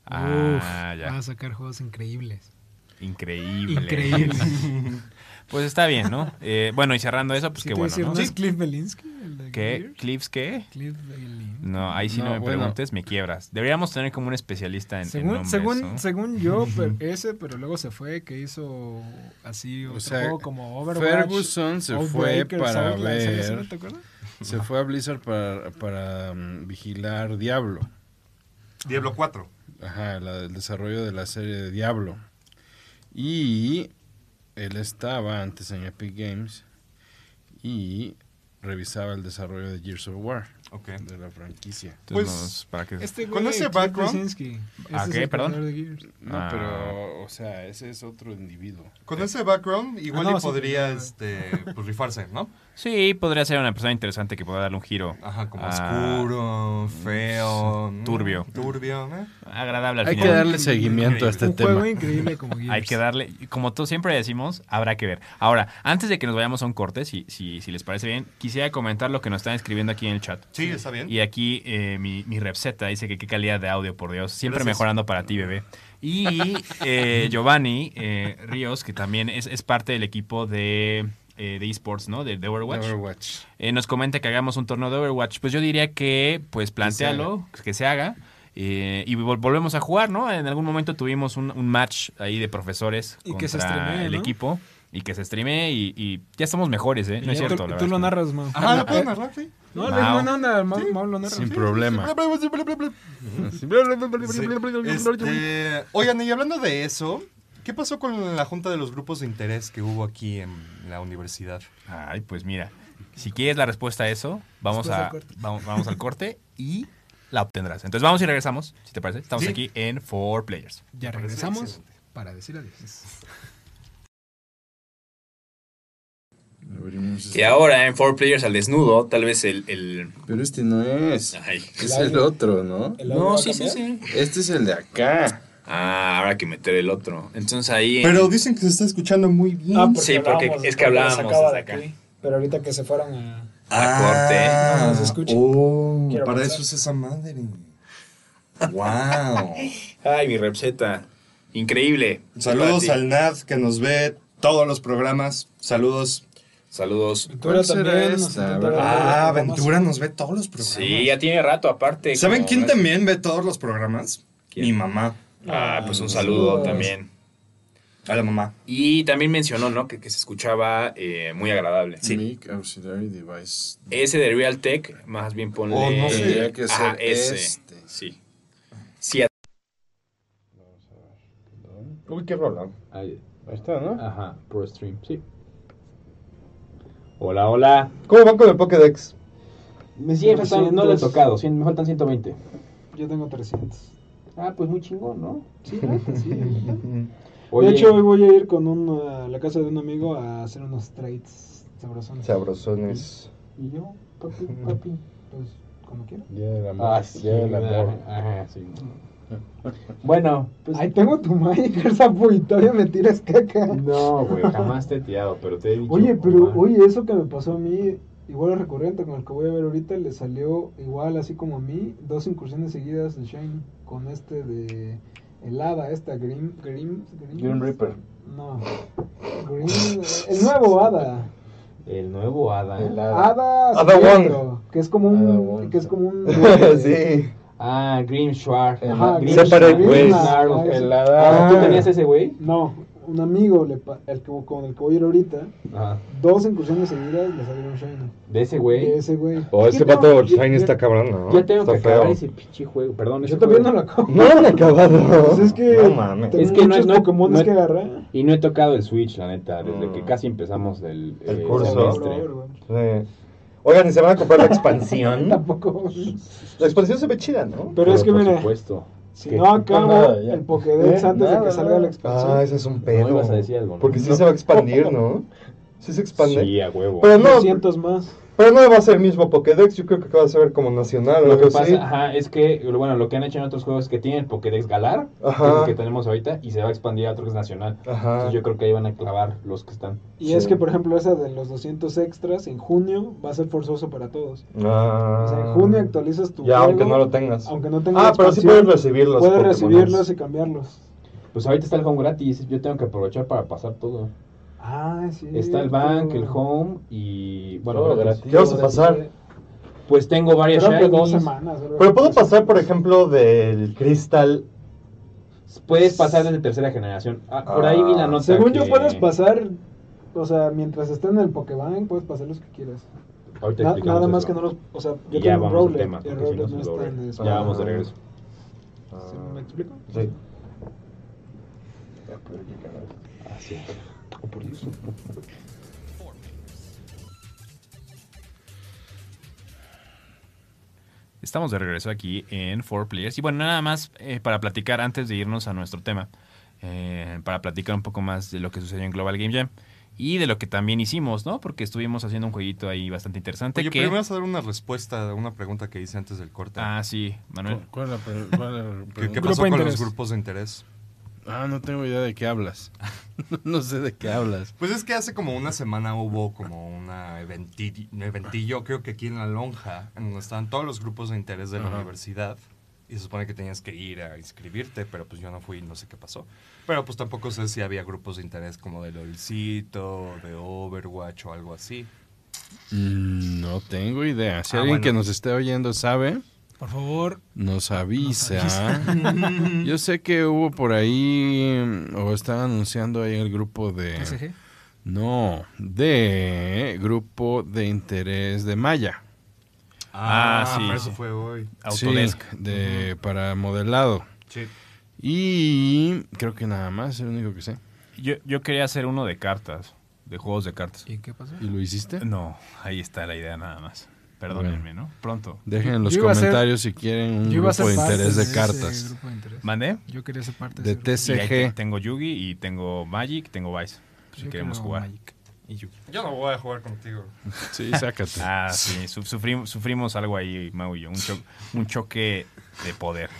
Speaker 1: Ah,
Speaker 3: Uf, Va
Speaker 1: ya.
Speaker 3: a sacar juegos increíbles.
Speaker 1: Increíble.
Speaker 3: Increíbles.
Speaker 1: [LAUGHS] Pues está bien, ¿no? Eh, bueno, y cerrando eso, pues
Speaker 3: Sí,
Speaker 1: qué
Speaker 3: te iba a
Speaker 1: bueno,
Speaker 3: decir,
Speaker 1: ¿no?
Speaker 3: ¿no es Cliff Belinsky? el de
Speaker 1: ¿Qué?
Speaker 3: Gears?
Speaker 1: ¿Clips qué?
Speaker 3: Cliff Belinsky.
Speaker 1: No, ahí sí no,
Speaker 4: No,
Speaker 1: me
Speaker 4: bueno.
Speaker 1: preguntes, me quiebras. Deberíamos tener como un especialista en, en
Speaker 3: Según,
Speaker 1: nombres,
Speaker 3: según,
Speaker 1: ¿no?
Speaker 3: según yo, per- ese, pero luego se fue, que hizo así
Speaker 4: O
Speaker 3: otro
Speaker 4: sea,
Speaker 3: juego como Overwatch.
Speaker 4: Ferguson se fue
Speaker 3: Outbreakers,
Speaker 4: para
Speaker 3: Outlands, ¿algo así,
Speaker 4: ver-
Speaker 3: ¿no ¿Te acuerdas?
Speaker 4: Se fue a Blizzard para, para mm, vigilar Diablo.
Speaker 2: Diablo 4.
Speaker 4: Ajá, la- el desarrollo de la serie de Diablo. Y él estaba antes en Epic Games y revisaba el desarrollo de Gears of War,
Speaker 2: Ok.
Speaker 4: de la franquicia.
Speaker 1: Entonces,
Speaker 2: pues,
Speaker 1: nos- para que...
Speaker 3: Este
Speaker 2: Con
Speaker 3: güey,
Speaker 2: ese
Speaker 3: Cliff
Speaker 2: background-
Speaker 3: Bleszinski,
Speaker 1: Ah,
Speaker 3: este es
Speaker 1: ¿qué?
Speaker 3: el
Speaker 1: Perdón.
Speaker 3: creador de Gears.
Speaker 4: No,
Speaker 1: Ah.
Speaker 4: pero, o sea, ese es otro individuo.
Speaker 1: Eh.
Speaker 2: Con ese background, igual
Speaker 3: Ah, no,
Speaker 2: y
Speaker 3: sí,
Speaker 2: podría
Speaker 3: claro.
Speaker 2: este, pues, rifarse, ¿no?
Speaker 1: Sí, podría ser una persona interesante que pueda darle un giro.
Speaker 2: Ajá, como
Speaker 1: Ah,
Speaker 2: oscuro, feo. mm,
Speaker 1: Turbio.
Speaker 2: Turbio, ¿eh?
Speaker 1: Agradable al
Speaker 4: Hay que
Speaker 1: final.
Speaker 4: darle seguimiento a este
Speaker 3: Un
Speaker 4: tema.
Speaker 3: juego increíble como Gears.
Speaker 1: Hay que darle, y como tú siempre decimos, habrá que ver. Ahora, antes de que nos vayamos a un corte, si, si, si les parece bien, quisiera comentar lo que nos están escribiendo aquí en el chat.
Speaker 2: Sí, está bien.
Speaker 1: Y aquí eh, mi, mi Repseta dice que qué calidad de audio, por Dios. Siempre
Speaker 2: Gracias.
Speaker 1: mejorando para ti, bebé. Y eh, Giovanni eh, Ríos, que también es, es parte del equipo de, eh, de esports, ¿no? De, de Overwatch.
Speaker 4: Overwatch.
Speaker 1: Eh, nos comenta que hagamos un torneo de Overwatch. Pues yo diría que, pues, plantealo, que se haga. eh, y vol- volvemos a jugar, ¿no? En algún momento tuvimos un, un match ahí de profesores
Speaker 3: Y
Speaker 1: contra
Speaker 3: que se streamee,
Speaker 1: el
Speaker 3: ¿no?
Speaker 1: equipo. Y que se streamee y, y ya estamos mejores, ¿eh?
Speaker 3: Y
Speaker 1: No es
Speaker 3: ya
Speaker 1: cierto,
Speaker 3: tú,
Speaker 1: la
Speaker 3: tú
Speaker 1: verdad
Speaker 3: lo
Speaker 1: es que-
Speaker 3: narras, Mau.
Speaker 2: Ajá, ¿lo
Speaker 3: [LAUGHS]
Speaker 2: puedo narrar, sí?
Speaker 1: Mau.
Speaker 3: No, la buena onda, Mau, Mau lo narra.
Speaker 4: Sin problema.
Speaker 2: Sí. Este, oigan, y hablando de eso, ¿qué pasó con la junta de los grupos de interés que hubo aquí en la universidad?
Speaker 1: Ay, pues mira, si quieres la respuesta a eso, vamos,
Speaker 3: Después
Speaker 1: a,
Speaker 3: del corte.
Speaker 1: vamos, vamos al corte y la obtendrás. Entonces vamos y regresamos, si te parece. Estamos
Speaker 2: Sí.
Speaker 1: aquí en Four Players.
Speaker 3: Ya
Speaker 2: parece
Speaker 3: regresamos
Speaker 2: excelente.
Speaker 3: para decir adiós.
Speaker 1: Que ahora en Four Players al desnudo, tal vez el...
Speaker 4: Pero este no es. Es el otro, ¿no?
Speaker 1: No, sí, sí, sí.
Speaker 4: Este es el de acá.
Speaker 1: Ah, ahora que meter el otro. Entonces ahí...
Speaker 2: dicen que se está escuchando muy bien.
Speaker 3: Ah,
Speaker 1: porque Sí, porque hablábamos- es que porque hablábamos sacaba desde de acá. aquí,
Speaker 3: Pero ahorita que se fueron a...
Speaker 1: Ah,
Speaker 3: corte. no se escucha.
Speaker 2: Oh,
Speaker 3: Quiero
Speaker 2: para
Speaker 3: pensar.
Speaker 2: eso es esa madre. Wow.
Speaker 1: Ay, mi repseta. Increíble.
Speaker 2: Saludos al NAD que nos ve todos los programas. Saludos.
Speaker 1: Saludos.
Speaker 3: Ventura
Speaker 4: será
Speaker 3: también. nos
Speaker 4: esta?
Speaker 3: intentó grabar los
Speaker 2: Ah,
Speaker 3: programas.
Speaker 2: Ventura nos ve todos los programas.
Speaker 5: Sí, ya tiene rato aparte.
Speaker 2: ¿Saben
Speaker 5: como
Speaker 2: quién
Speaker 5: es-
Speaker 2: también ve todos los programas? Mi mamá.
Speaker 5: Ah, pues un saludo también.
Speaker 2: A la mamá.
Speaker 5: Y también mencionó, ¿no? Que, que se escuchaba eh, muy agradable.
Speaker 4: Mic Auxiliary Device.
Speaker 5: Ese de Realtek, más bien ponle...
Speaker 2: Oh, no sé.
Speaker 4: Tendría que
Speaker 5: Ajá,
Speaker 4: ser
Speaker 5: ese.
Speaker 4: este.
Speaker 5: Sí. Sí, a-
Speaker 4: Uy, qué rola.
Speaker 6: Ahí,
Speaker 4: Ahí está, ¿no?
Speaker 6: ajá, por stream, sí. Hola, hola. pues,
Speaker 2: ¿Cómo van con el Pokédex?
Speaker 6: Me faltan, no lo he tocado, cien- me faltan 120.
Speaker 3: Yo tengo 300.
Speaker 6: Ah, pues muy chingón, ¿no? Sí,
Speaker 3: [LAUGHS]
Speaker 6: la neta, sí.
Speaker 3: De
Speaker 6: Oye,
Speaker 3: hecho, hoy voy a ir con un, eh, a la casa de un amigo a hacer unos trades sabrosones.
Speaker 7: Sabrosones.
Speaker 3: Y yo, papi, papi, pues como quiera.
Speaker 7: Día del amor.
Speaker 6: ah, sí,
Speaker 7: Día del amor.
Speaker 6: ajá, ajá, sí. Bueno, pues...
Speaker 3: Ahí tengo tu [LAUGHS] Magikarp, sapo, y todavía me tiras caca.
Speaker 6: No, güey, jamás te he tirado, pero te he dicho...
Speaker 3: Oye, pero,
Speaker 6: mamá.
Speaker 3: oye, eso que me pasó a mí, igual es recurrente con el que voy a ver ahorita, le salió igual, así como a mí, dos incursiones seguidas de Shine con este de helada, esta Grim. Grim, Grim,
Speaker 6: Grim Reaper.
Speaker 3: No. Grim. El nuevo Hada.
Speaker 6: El nuevo Ada.
Speaker 7: El Hada.
Speaker 3: Hada.
Speaker 7: Hada
Speaker 3: siniestro, Que es como
Speaker 7: Hada
Speaker 3: un.
Speaker 7: Wong.
Speaker 3: Que es como un.
Speaker 7: sí.
Speaker 6: Ah, Grim Schwarz.
Speaker 7: El-
Speaker 3: Ajá,
Speaker 6: Grim
Speaker 7: Separate
Speaker 6: Schwarz,
Speaker 7: Ways.
Speaker 6: Gnarls,
Speaker 3: Ah,
Speaker 6: el-
Speaker 7: helada.
Speaker 6: Ah, ¿Tú tenías ese güey?
Speaker 3: No, un amigo le pa- el que, con el que voy a ir ahorita,
Speaker 6: Ajá.
Speaker 3: dos incursiones seguidas le salieron Shine.
Speaker 6: De ese
Speaker 3: Y
Speaker 6: güey.
Speaker 3: ese güey.
Speaker 7: O Oh, ese
Speaker 6: Yo tengo-
Speaker 7: vato
Speaker 6: yo-
Speaker 7: Shine
Speaker 6: yo-
Speaker 7: está cabrón, ¿no?
Speaker 6: Ya tengo
Speaker 7: Ah, está
Speaker 6: que acabar ese pinche juego. Perdón, ese
Speaker 3: Yo también no
Speaker 6: juego-
Speaker 3: lo acabo.
Speaker 7: No lo han acabado.
Speaker 3: Pues es que-
Speaker 7: No mames.
Speaker 3: Tengo
Speaker 6: Es que no
Speaker 3: muchos
Speaker 6: es- no es-
Speaker 3: Pokémon
Speaker 6: no es-
Speaker 3: que agarrar.
Speaker 6: Y no he tocado el Switch, la neta, desde
Speaker 7: Mm.
Speaker 6: que casi empezamos el,
Speaker 7: El
Speaker 6: eh,
Speaker 7: curso.
Speaker 6: semestre.
Speaker 7: Sí. Oigan, ¿y se van a comprar
Speaker 6: [LAUGHS]
Speaker 7: la expansión?
Speaker 3: Tampoco.
Speaker 7: la expansión se ve chida, ¿no?
Speaker 3: Pero es que
Speaker 6: por
Speaker 3: mira,
Speaker 6: supuesto.
Speaker 3: si
Speaker 7: ¿Qué?
Speaker 3: no acabo
Speaker 7: Nada, ya.
Speaker 3: el Pokédex
Speaker 7: ¿Eh?
Speaker 3: antes
Speaker 7: Nada,
Speaker 3: de que salga la
Speaker 7: nada.
Speaker 3: expansión.
Speaker 7: Ah, ese es un pedo.
Speaker 6: No ibas a decir algo, ¿no?
Speaker 7: Porque sí
Speaker 6: No.
Speaker 7: se va a
Speaker 6: [LAUGHS]
Speaker 7: expandir, ¿no? Sí se expande.
Speaker 6: Sí, a huevo.
Speaker 7: Pero no,
Speaker 3: 200 más.
Speaker 7: pero no va a ser el mismo Pokédex. Yo creo que acaba de ser como nacional o
Speaker 6: Lo que
Speaker 7: algo así.
Speaker 6: pasa, ajá, es que, bueno, lo que han hecho en otros juegos es que tienen el Pokédex Galar, que es
Speaker 7: Ajá.
Speaker 6: el que tenemos ahorita, y se va a expandir a otros nacional.
Speaker 7: Ajá.
Speaker 3: Ah.
Speaker 6: Entonces yo creo que ahí van a clavar los que están.
Speaker 3: Y
Speaker 7: Sí.
Speaker 3: es que, por ejemplo, esa de los 200 extras en junio va a ser forzoso para todos.
Speaker 7: Ah.
Speaker 3: O sea, en junio actualizas tu
Speaker 7: Ya,
Speaker 3: juego,
Speaker 7: aunque no lo tengas.
Speaker 3: aunque no tengas
Speaker 7: Ah, pero sí
Speaker 3: expansión,
Speaker 7: puedes recibirlos.
Speaker 3: puedes
Speaker 7: Pokémonos.
Speaker 3: recibirlos y cambiarlos.
Speaker 6: Pues ahorita está el home gratis, yo tengo que aprovechar para pasar todo.
Speaker 3: Ah, sí.
Speaker 6: Está el bank, el home y. Bueno,
Speaker 7: Todo
Speaker 6: gratis.
Speaker 7: gratis. ¿Qué vas a pasar?
Speaker 6: Pues tengo varias
Speaker 3: Creo que dos
Speaker 6: shinies.
Speaker 3: semanas. algo
Speaker 7: Pero
Speaker 3: así.
Speaker 7: puedo pasar, por ejemplo, del Crystal.
Speaker 6: Puedes pasar desde tercera generación. Ah, por ahí vi la nota.
Speaker 3: Según yo
Speaker 6: que-
Speaker 3: puedes pasar, o sea, mientras esté en el Pokébank, puedes pasar los que quieras.
Speaker 6: Ahorita
Speaker 3: Na-
Speaker 6: explicamos
Speaker 3: nada más
Speaker 6: eso.
Speaker 3: que no los, o sea,
Speaker 6: Y
Speaker 3: yo
Speaker 6: ya
Speaker 3: tengo un
Speaker 6: vamos al
Speaker 3: Rowlet,
Speaker 6: tema.
Speaker 3: y el
Speaker 6: porque si no
Speaker 3: Rowlet
Speaker 6: se
Speaker 3: no
Speaker 6: nos
Speaker 3: está
Speaker 6: doble.
Speaker 3: en el
Speaker 6: Ya
Speaker 7: Ah.
Speaker 6: vamos de regreso.
Speaker 3: ¿Sí ¿Me explico?
Speaker 7: Sí.
Speaker 1: Estamos de regreso aquí en Four Players. Y bueno, nada más eh, para platicar antes de irnos a nuestro tema, eh, para platicar un poco más de lo que sucedió en Global Game Jam y de lo que también hicimos, ¿no? Porque estuvimos haciendo un jueguito ahí bastante interesante.
Speaker 2: Oye,
Speaker 1: que...
Speaker 2: primero vas a dar una respuesta a una pregunta que hice antes del corte.
Speaker 1: Ah, sí, Manuel.
Speaker 4: ¿Cuál es la pre- cuál es la
Speaker 2: ¿Qué, qué
Speaker 4: pregunta?
Speaker 2: pasó
Speaker 3: Grupo de
Speaker 2: con los
Speaker 3: interés.
Speaker 2: grupos de interés?
Speaker 4: Ah, no tengo idea de qué hablas. [LAUGHS] no sé de qué hablas.
Speaker 2: Pues es que hace como una semana hubo como una eventi- un eventillo, creo que aquí en la lonja, en donde estaban todos los grupos de interés de la
Speaker 4: Ajá.
Speaker 2: universidad. Y se supone que tenías que ir a inscribirte, pero pues yo no fui, no sé qué pasó. Pero pues tampoco sé si había grupos de interés como de Lolcito, de Overwatch o algo así.
Speaker 4: Mm, No tengo idea. Si
Speaker 2: Ah,
Speaker 4: alguien
Speaker 2: bueno.
Speaker 4: que nos esté oyendo sabe,
Speaker 3: Por favor.
Speaker 4: nos avisa. [LAUGHS] Yo sé que hubo por ahí, mm, o están anunciando ahí el grupo de...
Speaker 3: SG.
Speaker 4: No, de grupo de interés de Maya.
Speaker 1: Ah, sí.
Speaker 2: pero eso fue hoy.
Speaker 1: Autodesk.
Speaker 4: Sí, de, para modelado.
Speaker 2: Sí.
Speaker 4: Y creo que nada más, es lo único que sé.
Speaker 1: Yo, yo quería hacer uno de cartas, de juegos de cartas.
Speaker 3: ¿Y qué pasó?
Speaker 4: ¿Y lo hiciste?
Speaker 1: No, ahí está la idea nada más. Perdónenme, ¿no? Pronto.
Speaker 4: Dejen en los
Speaker 3: Yo iba a ser-
Speaker 4: comentarios si quieren un grupo de interés de cartas.
Speaker 1: ¿Mandé?
Speaker 3: Yo quería ser parte
Speaker 4: De
Speaker 3: ese
Speaker 1: Y ahí te-
Speaker 4: TCG.
Speaker 1: tengo Yugi y tengo Magic, tengo Vice. Si
Speaker 3: Yo
Speaker 1: queremos
Speaker 3: quiero
Speaker 1: jugar.
Speaker 3: Magic.
Speaker 1: Y Yugi.
Speaker 2: Yo no voy a jugar contigo.
Speaker 4: Sí, sácate.
Speaker 1: [LAUGHS] Ah, sí, su- sufrim- sufrimos algo ahí, Mau y yo, un, cho- un choque de poder.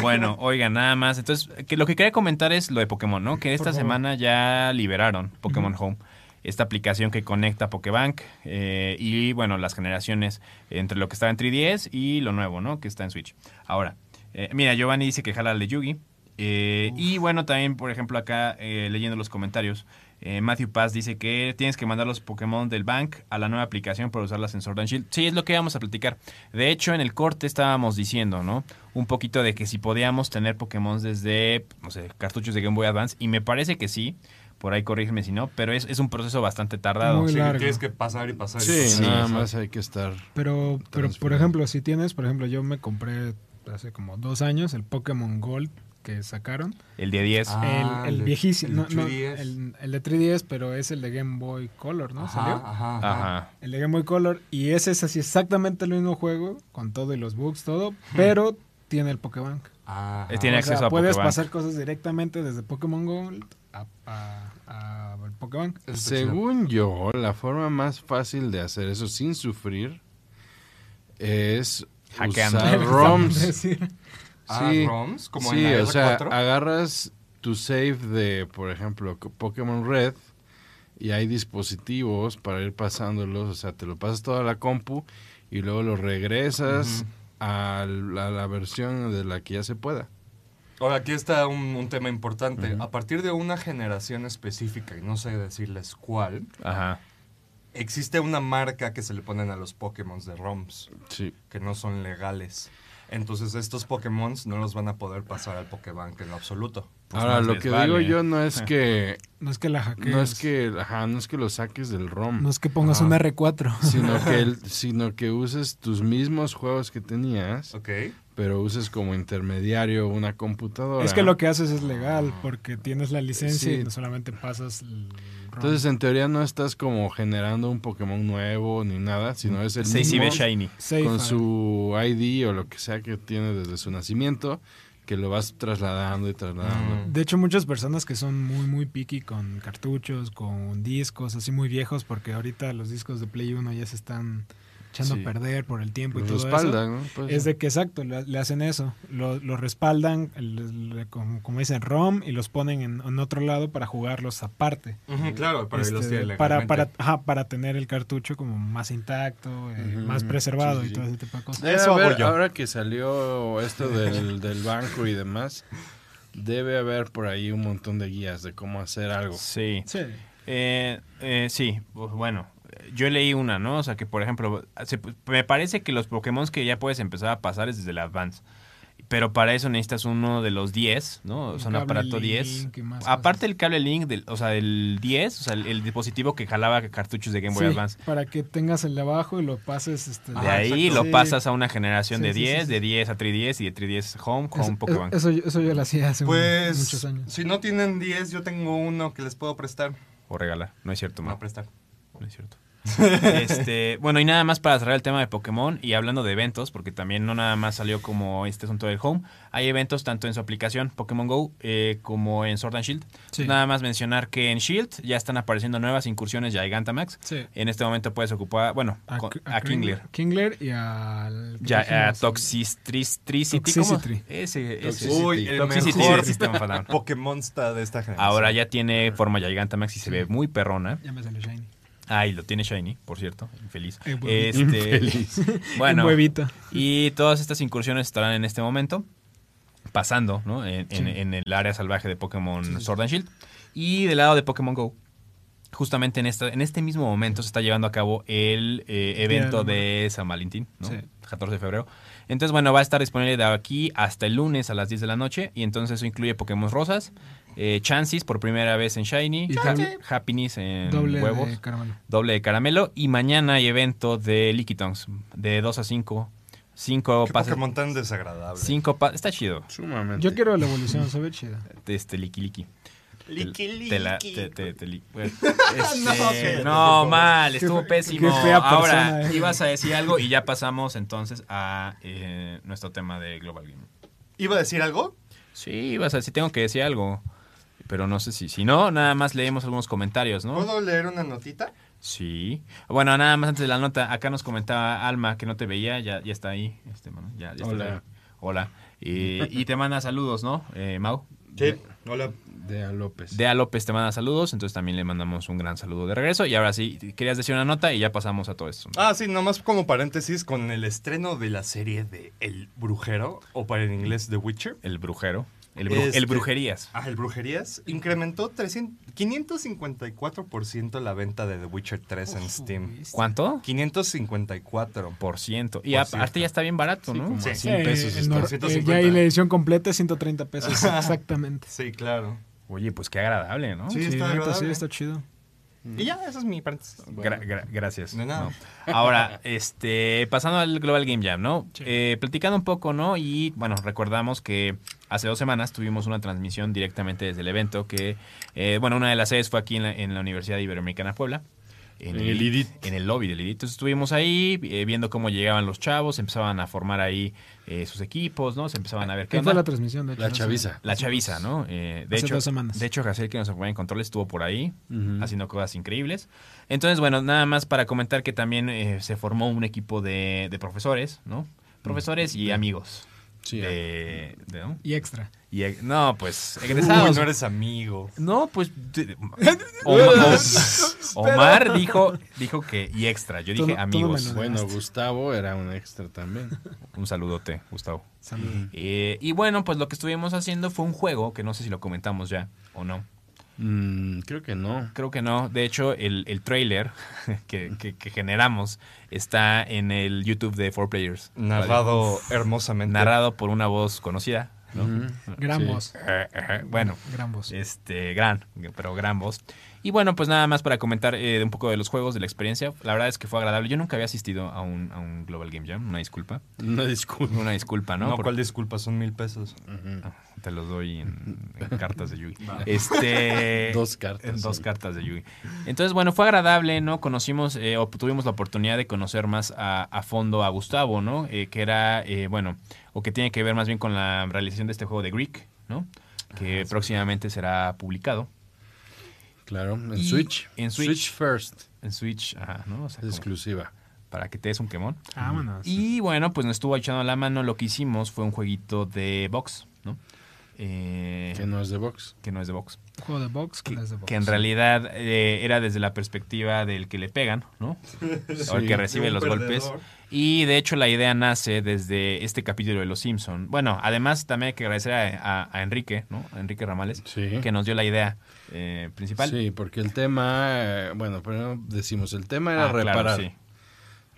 Speaker 1: Bueno, oiga, nada más. Entonces, que lo que quería comentar es lo de Pokémon, ¿no? Que esta
Speaker 3: favor.
Speaker 1: semana ya liberaron Pokémon Home, esta aplicación que conecta a Pokébank eh, y, bueno, las generaciones entre lo que está en 3DS y lo nuevo, ¿no? Que está en Switch. Ahora, eh, mira, Giovanni dice que jala el de Yugi. Eh, y bueno, también, por ejemplo, acá eh, leyendo los comentarios, eh, Matthew Paz dice que tienes que mandar los Pokémon del Bank a la nueva aplicación para usarlas en Sword and Shield. Sí, es lo que vamos a platicar. De hecho, en el corte estábamos diciendo, ¿no? Un poquito de que si podíamos tener Pokémon desde, no sé, cartuchos de Game Boy Advance. Y me parece que sí. Por ahí corrígeme si no, pero es, es un proceso bastante tardado.
Speaker 3: Muy
Speaker 2: Sí, que
Speaker 3: largo.
Speaker 2: tienes que pasar y pasar. y
Speaker 4: Sí,
Speaker 2: pasar.
Speaker 4: nada más hay que estar.
Speaker 3: Pero, pero
Speaker 6: pues,
Speaker 3: por
Speaker 4: Transferir.
Speaker 3: ejemplo, si tienes, por ejemplo, yo me compré hace como dos años el Pokémon Gold que sacaron.
Speaker 1: El día 10.
Speaker 2: Ah,
Speaker 3: el, el
Speaker 2: el-
Speaker 3: viejísimo.
Speaker 2: el
Speaker 3: no, no,
Speaker 2: 3DS.
Speaker 3: el, el de 3DS, pero es el de Game Boy Color, ¿no?
Speaker 2: Ajá,
Speaker 3: ¿Salió?
Speaker 2: ajá, ajá.
Speaker 1: Ajá.
Speaker 3: El de Game Boy Color. Y ese es así exactamente el mismo juego, con todo y los bugs, todo, pero tiene el Pokébank.
Speaker 2: Ah,
Speaker 1: Eh, tiene
Speaker 3: O sea,
Speaker 1: acceso a
Speaker 3: puedes
Speaker 1: Pokébank.
Speaker 3: pasar cosas directamente desde Pokémon Go a, a- a Pokémon.
Speaker 2: ah.
Speaker 4: Según yo, la forma más fácil de hacer eso sin sufrir es
Speaker 3: [LAUGHS]
Speaker 1: Hackeando.
Speaker 4: [LAUGHS] usar ROMs.
Speaker 3: decir.
Speaker 2: Ah,
Speaker 4: Sí.
Speaker 2: ROMs, como
Speaker 4: sí,
Speaker 2: en la
Speaker 4: o sea,
Speaker 2: R4.
Speaker 4: agarras tu save de, por ejemplo, co- Pokémon Red y hay dispositivos para ir pasándolos, o sea, te lo pasas toda la compu y luego lo regresas al- a, la, versión de la que ya se pueda.
Speaker 2: Ahora, aquí está un, un tema importante. A partir de una generación específica, y no sé decirles cuál,
Speaker 1: Ajá.
Speaker 2: existe una marca que se le ponen a los Pokémon de ROMs,
Speaker 4: Sí.
Speaker 2: que no son legales. Entonces, estos Pokémon no los van a poder pasar al Pokébank en absoluto.
Speaker 1: Pues
Speaker 4: Ahora,
Speaker 1: más
Speaker 4: lo
Speaker 1: les
Speaker 4: que
Speaker 1: vale.
Speaker 4: digo yo
Speaker 1: [LAUGHS]
Speaker 4: no es
Speaker 3: [LAUGHS]
Speaker 4: que
Speaker 3: No es que la hackees.
Speaker 4: no es que, mm, ajá, no es que lo saques del ROM.
Speaker 3: No es que pongas un
Speaker 4: [LAUGHS]
Speaker 3: R4.
Speaker 4: sino que el- sino que uses tus mismos juegos que tenías,
Speaker 2: ¿Ok?
Speaker 4: pero uses como intermediario una
Speaker 3: [LAUGHS]
Speaker 4: computadora.
Speaker 3: Es que lo que haces es legal porque tienes la licencia
Speaker 4: Ah. Sí.
Speaker 3: y no solamente pasas el ROM.
Speaker 4: entonces en teoría no estás como generando un Pokémon nuevo ni nada, sino es el
Speaker 1: Se sí ve
Speaker 4: mismo
Speaker 1: Shiny.
Speaker 3: Safe,
Speaker 4: con
Speaker 3: ah,
Speaker 4: su ID o lo que sea que tiene desde su nacimiento, que lo vas trasladando y trasladando.
Speaker 3: De hecho, muchas personas que son muy, muy picky con cartuchos, con discos así muy viejos, porque ahorita los discos de Play 1 ya se están echando
Speaker 4: Sí.
Speaker 3: a perder por el tiempo y
Speaker 4: Lo
Speaker 3: todo eso.
Speaker 4: respaldan, ¿no? Pues,
Speaker 3: Es de que exacto, le, le hacen eso, lo, lo respaldan, el- le- como, como dicen, ROM y los ponen en, en otro lado para jugarlos aparte.
Speaker 2: Ujú, claro, para
Speaker 3: Este,
Speaker 2: los tiene
Speaker 3: para,
Speaker 2: legalmente.
Speaker 3: para, ajá, para tener el cartucho como más intacto, eh,
Speaker 4: Ujú,
Speaker 3: más preservado
Speaker 4: sí, sí,
Speaker 3: y todo ese tipo de cosas.
Speaker 4: Debe
Speaker 2: Eso hago
Speaker 4: haber-
Speaker 2: yo.
Speaker 4: Ahora que salió esto del, del banco y demás, debe haber por ahí un montón de guías de cómo hacer algo.
Speaker 1: Sí.
Speaker 3: Sí.
Speaker 1: Eh, eh, sí, pues, bueno, eh, yo leí una, ¿no? O sea, que por ejemplo, se- me parece que los Pokémon que ya puedes empezar a pasar es desde el Advance. Pero para eso necesitas uno de los 10, ¿no? O sea, un
Speaker 3: Un cable
Speaker 1: aparato 10.
Speaker 3: link y más
Speaker 1: Aparte
Speaker 3: cosas.
Speaker 1: el cable link, del, o sea, el 10, o sea, el, el dispositivo que jalaba cartuchos de Game Boy
Speaker 3: Sí,
Speaker 1: Advance.
Speaker 3: para que tengas el de abajo y lo pases. Este,
Speaker 1: De
Speaker 2: Ajá,
Speaker 1: ahí
Speaker 2: exacto.
Speaker 1: lo
Speaker 3: Sí.
Speaker 1: pasas a una generación
Speaker 3: Sí,
Speaker 1: de
Speaker 3: sí, sí,
Speaker 1: 10,
Speaker 3: sí.
Speaker 1: de 10 a 3DS y de 3DS Home con
Speaker 3: Eso-
Speaker 1: Pokémon.
Speaker 3: Eso, eso, yo lo hacía hace un-
Speaker 2: Pues,
Speaker 3: muchos años.
Speaker 2: si no tienen 10, yo tengo uno que les puedo prestar.
Speaker 1: O regalar, no es cierto,
Speaker 2: No,
Speaker 1: Mau.
Speaker 2: prestar.
Speaker 1: No es cierto. [LAUGHS] este, bueno, y nada más para cerrar el tema de Pokémon y hablando de eventos, porque también no nada más salió como este asunto del home, hay eventos tanto en su aplicación Pokémon Go eh, como en Sword and Shield.
Speaker 3: Sí.
Speaker 1: Nada más mencionar que en Shield ya están apareciendo nuevas incursiones Gigantamax.
Speaker 3: Sí.
Speaker 1: En este momento puedes ocupar, bueno,
Speaker 3: A,
Speaker 1: con-
Speaker 3: a
Speaker 1: a Kingler.
Speaker 3: Kingler y al.
Speaker 1: Ya, eh, a Toxicity. ¿cómo?
Speaker 3: Toxicity.
Speaker 1: Ese, ese.
Speaker 4: Toxicity.
Speaker 2: Uy, el
Speaker 1: Toxicity
Speaker 2: mejor
Speaker 1: de System of
Speaker 2: [LAUGHS]
Speaker 1: a Down.
Speaker 2: Pokémonsta de esta generación.
Speaker 1: Ahora ya tiene forma Gigantamax y se ve muy perrona.
Speaker 3: Ya me salió Shiny.
Speaker 1: Ay, lo tiene Shiny, por cierto. Infeliz.
Speaker 3: Eh, huevito.
Speaker 1: Este, [LAUGHS] Bueno.
Speaker 3: Un huevito.
Speaker 1: Y todas estas incursiones estarán en este momento pasando, ¿no? En, en- en el área salvaje de Pokémon Sword and Shield. Y del lado de Pokémon Go. Justamente en, esta, en este mismo momento se está llevando a cabo el eh, evento
Speaker 3: del
Speaker 1: de San Valentín, ¿no?
Speaker 3: Sí.
Speaker 1: 14 de febrero. Entonces, bueno, va a estar disponible de aquí hasta el lunes a las 10 de la noche. Y entonces eso incluye Pokémon Rosas, eh, Chansis por primera vez en Shiny,
Speaker 3: Y doble-
Speaker 1: Happiness en
Speaker 3: Doble
Speaker 1: huevos
Speaker 3: de caramelo.
Speaker 1: doble de caramelo. Y mañana hay evento de Liquitongs, de 2 a 5. 5
Speaker 2: Qué
Speaker 1: pases.
Speaker 2: Pokémon tan desagradable.
Speaker 1: Cinco pa- Está chido.
Speaker 4: Sumamente.
Speaker 3: Yo quiero la evolución, se ve chida.
Speaker 1: Este, Liki Liki.
Speaker 2: Liki,
Speaker 1: Te la-
Speaker 2: liki.
Speaker 1: te- te- te li-
Speaker 2: No,
Speaker 1: Este,
Speaker 2: ok.
Speaker 1: no, mal,
Speaker 3: Qué
Speaker 1: estuvo
Speaker 3: fe-
Speaker 1: pésimo.
Speaker 3: qué fea persona
Speaker 1: Ahora,
Speaker 3: eres.
Speaker 1: ibas a decir algo y ya pasamos entonces a eh, nuestro tema de Global Game.
Speaker 2: ¿Iba a decir algo?
Speaker 1: Sí, ibas a decir, tengo que decir algo. Pero no sé si, si no, nada más leemos algunos comentarios, ¿no?
Speaker 2: ¿Puedo leer una notita?
Speaker 1: Sí. Bueno, nada más antes de la nota, acá nos comentaba Alma que no te veía, ya, ya está ahí. Este, mano, ya, ya está
Speaker 4: Hola.
Speaker 1: ahí. Hola. Eh, y te manda saludos, ¿no, eh, Mau?
Speaker 2: Sí. Hola.
Speaker 4: De a López.
Speaker 1: Dea López te manda saludos, entonces también le mandamos un gran saludo de regreso. Y ahora sí, querías decir una nota y ya pasamos a todo esto.
Speaker 2: Ah, sí, nomás como paréntesis, con el estreno de la serie de El Brujero, o para en inglés The Witcher.
Speaker 1: El brujero. El, bru-
Speaker 2: Este-
Speaker 1: el brujerías.
Speaker 2: Ah, el Brujerías incrementó 300 554% la venta de The Witcher 3 en Steam.
Speaker 1: ¿Cuánto?
Speaker 2: 554.
Speaker 1: Por ciento. Y
Speaker 2: Por
Speaker 1: aparte
Speaker 2: cierto.
Speaker 1: ya está bien barato, ¿no?
Speaker 4: como
Speaker 2: Sí.
Speaker 4: a 100 pesos.
Speaker 3: Eh, el
Speaker 4: está.
Speaker 3: nor-
Speaker 2: 150.
Speaker 3: eh, ya y la edición completa es 130 pesos. Exactamente.
Speaker 2: Sí, claro.
Speaker 1: Oye, pues qué agradable, ¿no?
Speaker 2: Sí, está
Speaker 3: la neta, sí,
Speaker 2: agradable.
Speaker 3: está chido.
Speaker 2: Y ya, esa es mi paréntesis.
Speaker 1: Gra- gra- gracias.
Speaker 2: De nada.
Speaker 1: No. Ahora, este, pasando al Global Game Jam, ¿no?
Speaker 3: Sí.
Speaker 1: Eh, platicando un poco, ¿no? Y bueno, recordamos que hace dos semanas tuvimos una transmisión directamente desde el evento que, eh, bueno, una de las sedes fue aquí en la, en la Universidad Iberoamericana Puebla. en
Speaker 4: En
Speaker 1: el,
Speaker 4: el IDIT.
Speaker 1: en el lobby del IDIT. Entonces estuvimos ahí eh, viendo cómo llegaban los chavos, empezaban a formar ahí eh, sus equipos, ¿no? Se empezaban a ver qué
Speaker 3: ¿Qué fue
Speaker 1: onda.
Speaker 3: la transmisión? De hecho,
Speaker 4: La
Speaker 3: no sé.
Speaker 4: chaviza.
Speaker 1: La chaviza, ¿no? Eh, de,
Speaker 3: Hace
Speaker 1: hecho,
Speaker 3: dos semanas.
Speaker 1: de hecho, Gaciel, que nos acompaña en control, estuvo por ahí
Speaker 4: Ujú.
Speaker 1: haciendo cosas increíbles. Entonces, bueno, nada más para comentar que también eh, se formó un equipo de, de profesores, ¿no? Profesores y amigos.
Speaker 4: Sí, ¿eh?
Speaker 1: de- de- ¿no?
Speaker 3: Y extra.
Speaker 1: Y, eh, no, pues,
Speaker 2: Uy,
Speaker 1: egresados.
Speaker 2: no eres amigo.
Speaker 1: No, pues te-
Speaker 4: [LAUGHS]
Speaker 1: Omar, Omar dijo, dijo que y extra. Yo
Speaker 3: Todo-
Speaker 1: dije
Speaker 3: todo
Speaker 1: amigos.
Speaker 3: menos.
Speaker 4: Bueno, Gustavo era un extra también.
Speaker 1: Un saludote, Gustavo.
Speaker 3: Saludos.
Speaker 1: Eh, y bueno, pues lo que estuvimos haciendo fue un juego que no sé si lo comentamos ya o no.
Speaker 4: Mm, creo que no.
Speaker 1: Creo que no. De hecho, el, el trailer [LAUGHS] que, que- que generamos está en el YouTube de Four Players.
Speaker 2: Narrado hermosamente.
Speaker 1: Narrado por una voz conocida. [LAUGHS] ¿no?
Speaker 4: Ujú.
Speaker 3: Gran
Speaker 4: Sí.
Speaker 3: voz.
Speaker 1: Eh, eh, Bueno,
Speaker 3: Gran voz.
Speaker 1: Este, gran, pero gran voz. Y bueno, pues nada más para comentar eh, un poco de los juegos, de la experiencia. La verdad es que fue agradable. Yo nunca había asistido a un, a un Global Game Jam, una disculpa.
Speaker 4: Una disculpa.
Speaker 1: Una disculpa, ¿no?
Speaker 2: No,
Speaker 1: Por-
Speaker 2: ¿cuál disculpa? Son mil pesos.
Speaker 1: Te los doy en,
Speaker 4: [LAUGHS]
Speaker 1: en cartas de Yui. Este,
Speaker 4: Dos cartas,
Speaker 1: en dos
Speaker 4: sí.
Speaker 1: cartas de Yui. Entonces, bueno, fue agradable, ¿no? Conocimos, eh, o tuvimos la oportunidad de conocer más a, a fondo a Gustavo, ¿no? Eh, que era, eh, bueno, o que tiene que ver más bien con la realización de este juego de Greek, ¿no?
Speaker 4: Ah,
Speaker 1: Que próximamente será publicado.
Speaker 4: Claro, en
Speaker 1: Y-
Speaker 4: Switch.
Speaker 1: en Switch.
Speaker 4: First.
Speaker 1: En Switch, ajá, ¿no? O sea,
Speaker 4: Es
Speaker 1: como
Speaker 4: exclusiva.
Speaker 1: para que te des un quemón.
Speaker 4: Ah,
Speaker 3: Vámonos.
Speaker 1: Y bueno, pues nos estuvo echando la mano. Lo que hicimos fue un jueguito de box, ¿no? Eh,
Speaker 4: Que no es de box.
Speaker 1: que no es de box.
Speaker 3: Juego de box,
Speaker 1: Que,
Speaker 3: clase de box.
Speaker 1: que en realidad eh, era desde la perspectiva del que le pegan, ¿no? o el que recibe
Speaker 2: De un
Speaker 1: los golpes.
Speaker 2: perdedor.
Speaker 1: Y de hecho la idea nace desde este capítulo de Los Simpson. Bueno, además también hay que agradecer a, a- a Enrique, ¿no? A Enrique Ramales,
Speaker 4: Sí.
Speaker 1: que nos dio la idea eh, principal.
Speaker 4: Sí, porque el tema, eh, bueno, primero decimos, el tema era
Speaker 1: Ah, claro,
Speaker 4: reparar.
Speaker 1: sí.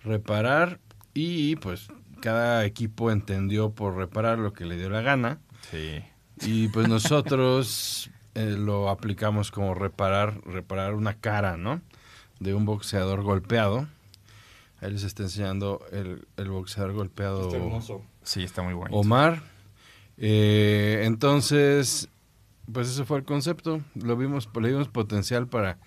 Speaker 4: Reparar y pues cada equipo entendió por reparar lo que le dio la gana.
Speaker 1: Sí.
Speaker 4: Y pues nosotros [LAUGHS] eh, lo aplicamos como reparar, reparar una cara, ¿no? De un boxeador golpeado. Ahí les está enseñando el, el boxeador golpeado.
Speaker 2: Está hermoso.
Speaker 1: Sí, está muy bonito.
Speaker 4: Omar. Eh, entonces, pues ese fue el concepto. Lo vimos, le vimos potencial para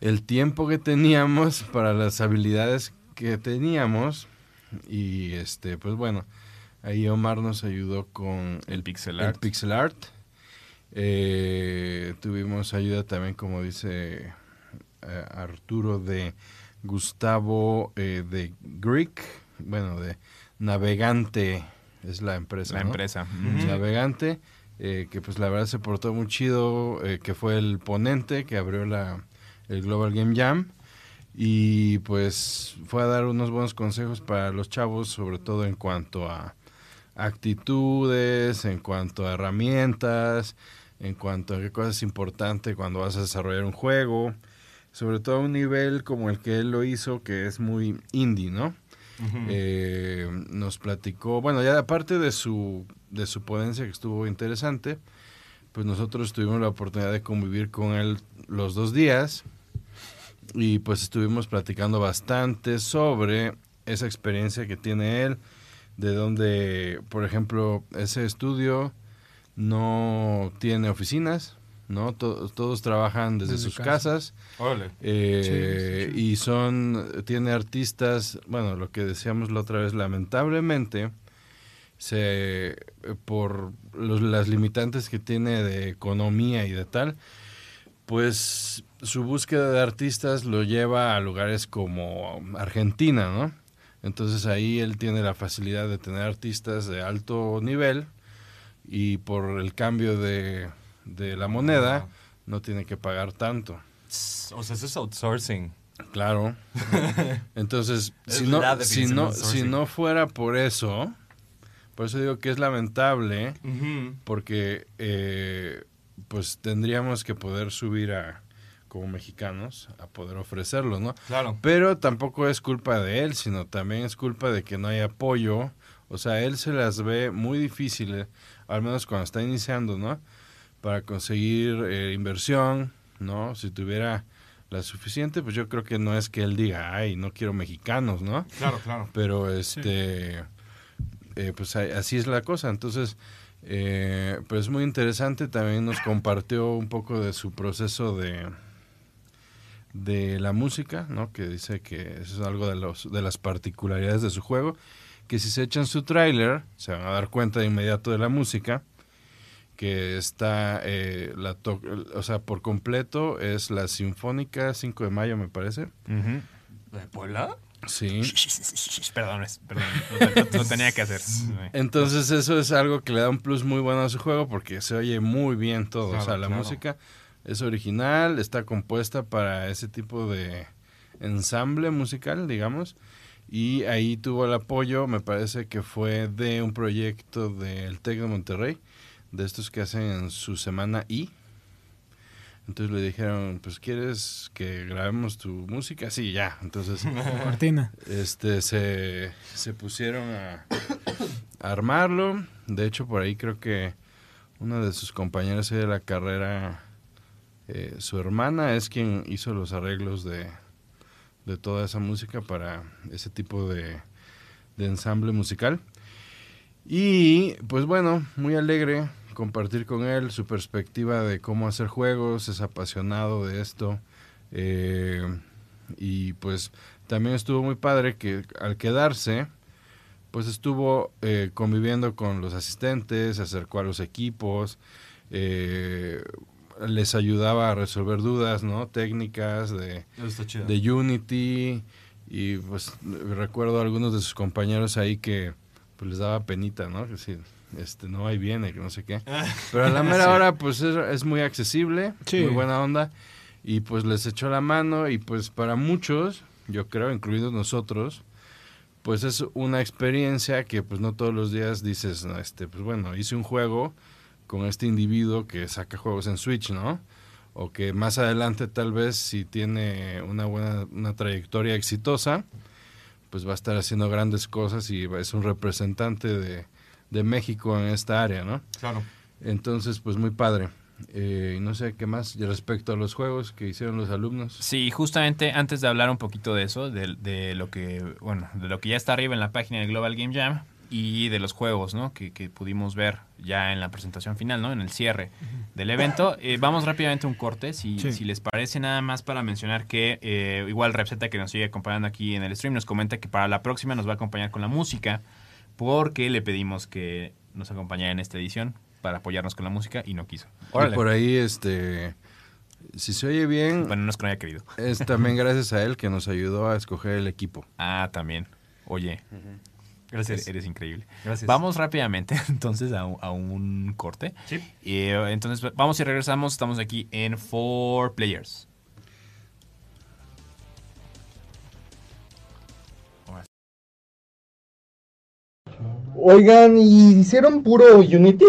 Speaker 4: el tiempo que teníamos, para las habilidades que teníamos. Y este, pues bueno, ahí Omar nos ayudó con
Speaker 1: El pixel art.
Speaker 4: el pixel art. Eh, tuvimos ayuda también, como dice eh, Arturo, de Gustavo eh, de Greek, bueno, de Navegante, es la empresa.
Speaker 1: la
Speaker 4: ¿no?
Speaker 1: empresa.
Speaker 4: Ujú.
Speaker 1: Ujú.
Speaker 4: Navegante, eh, que pues la verdad se portó muy chido, eh, que fue el ponente que abrió la, el Global Game Jam y pues fue a dar unos buenos consejos para los chavos, sobre todo en cuanto a actitudes, en cuanto a herramientas, en cuanto a qué cosa es importante cuando vas a desarrollar un juego, sobre todo a un nivel como el que él lo hizo, que es muy indie, ¿no? Eh, nos platicó, bueno, ya aparte de su, de su ponencia que estuvo interesante, pues nosotros tuvimos la oportunidad de convivir con él los dos días y pues estuvimos platicando bastante sobre esa experiencia que tiene él, de donde, por ejemplo, ese estudio no tiene oficinas, ¿no? To- todos trabajan desde,
Speaker 3: Desde
Speaker 4: sus
Speaker 3: casa.
Speaker 4: casas.
Speaker 2: Órale.
Speaker 4: Eh,
Speaker 3: Sí, sí, sí.
Speaker 4: Y son, tiene artistas, bueno, lo que decíamos la otra vez, lamentablemente, se, por los- las limitantes que tiene de economía y de tal, pues su búsqueda de artistas lo lleva a lugares como Argentina, ¿no? Entonces ahí él tiene la facilidad de tener artistas de alto nivel y por el cambio de, de la moneda no tiene que pagar tanto.
Speaker 2: O sea, eso es outsourcing. [LAUGHS]
Speaker 4: Claro. Entonces,
Speaker 2: Es
Speaker 4: si no,
Speaker 2: la definición
Speaker 4: si, no,
Speaker 2: del
Speaker 4: si
Speaker 2: sourcing.
Speaker 4: no fuera por eso, por eso digo que es lamentable, porque eh, pues tendríamos que poder subir a, como mexicanos, a poder ofrecerlo, ¿no?
Speaker 2: Claro.
Speaker 4: Pero tampoco es culpa de él, sino también es culpa de que no hay apoyo. O sea, él se las ve muy difíciles, al menos cuando está iniciando, ¿no? Para conseguir eh, inversión, ¿no? Si tuviera la suficiente, pues yo creo que no es que él diga, ay, no quiero mexicanos, ¿no?
Speaker 2: Claro, claro.
Speaker 4: Pero este, eh, pues a- así es la cosa. Entonces, eh, pues muy interesante. También nos compartió un poco de su proceso de, de la música, ¿no? Que dice que eso es algo de, los, de las particularidades de su juego, que si se echan su tráiler, se van a dar cuenta de inmediato de la música, que está, eh, la to- o sea, por completo es la Sinfónica 5 de Mayo, me parece.
Speaker 2: ¿De Puebla?
Speaker 4: Sí.
Speaker 1: Perdón, es- perdón. Lo, lo- lo tenía que hacer.
Speaker 4: Entonces eso es algo que le da un plus muy bueno a su juego porque se oye muy bien todo. o sea,
Speaker 2: Claro,
Speaker 4: la
Speaker 2: claro.
Speaker 4: música es original, está compuesta para ese tipo de ensamble musical, digamos. Y ahí tuvo el apoyo, me parece que fue de un proyecto del TEC de Monterrey, de estos que hacen en su semana I. Entonces le dijeron, pues ¿quieres que grabemos tu música? Sí, ya.
Speaker 2: [LAUGHS]
Speaker 4: Entonces
Speaker 3: Cortina.
Speaker 4: este se, se pusieron a, a armarlo. De hecho, por ahí creo que una de sus compañeras ahí de la carrera, eh, su hermana, es quien hizo los arreglos de, de toda esa música para ese tipo de, de ensamble musical. Y pues bueno, muy alegre compartir con él su perspectiva de cómo hacer juegos, es apasionado de esto. eh, y pues también estuvo muy padre que al quedarse, pues estuvo eh, conviviendo con los asistentes, se acercó a los equipos, eh, les ayudaba a resolver dudas, ¿no? Técnicas de,
Speaker 2: Eso está chido.
Speaker 4: de Unity y pues recuerdo a algunos de sus compañeros ahí que pues les daba penita, ¿no? Que si, este, no, ahí viene, que no sé qué. Pero a la mera hora pues es, es muy accesible,
Speaker 3: Sí.
Speaker 4: muy buena onda y pues les echó la mano y pues para muchos, yo creo, incluidos nosotros, pues es una experiencia que pues no todos los días dices, no, este, pues bueno, hice un juego con este individuo que saca juegos en Switch, ¿no? o que más adelante tal vez si tiene una buena una trayectoria exitosa, pues va a estar haciendo grandes cosas y va- es un representante de, de México en esta área, ¿no?
Speaker 2: [LAUGHS] Claro.
Speaker 4: Entonces, pues muy padre. Eh, y no sé qué más y respecto a los juegos que hicieron los alumnos.
Speaker 1: Sí, justamente antes de hablar un poquito de eso, de, de lo que, bueno, de lo que ya está arriba en la página del Global Game Jam y de los juegos, ¿no? Que, que pudimos ver ya en la presentación final, ¿no? En el cierre del evento. Eh, vamos rápidamente a un corte, si,
Speaker 3: Sí.
Speaker 1: si les parece nada más para mencionar que eh, igual Repseta que nos sigue acompañando aquí en el stream nos comenta que para la próxima nos va a acompañar con la música porque le pedimos que nos acompañara en esta edición para apoyarnos con la música y no quiso.
Speaker 4: Y por ahí, este, si se oye bien,
Speaker 1: Bueno, no es que no haya querido.
Speaker 4: es también gracias a él que nos ayudó a escoger el equipo.
Speaker 1: Ah, también. Oye,
Speaker 2: Gracias.
Speaker 1: Eres, eres increíble.
Speaker 2: Gracias.
Speaker 1: Vamos rápidamente [LAUGHS] entonces a, un- a un corte.
Speaker 2: Sí.
Speaker 1: Y, eh, entonces vamos y regresamos. Estamos aquí en Four Players.
Speaker 7: Oigan, ¿y hicieron puro Unity?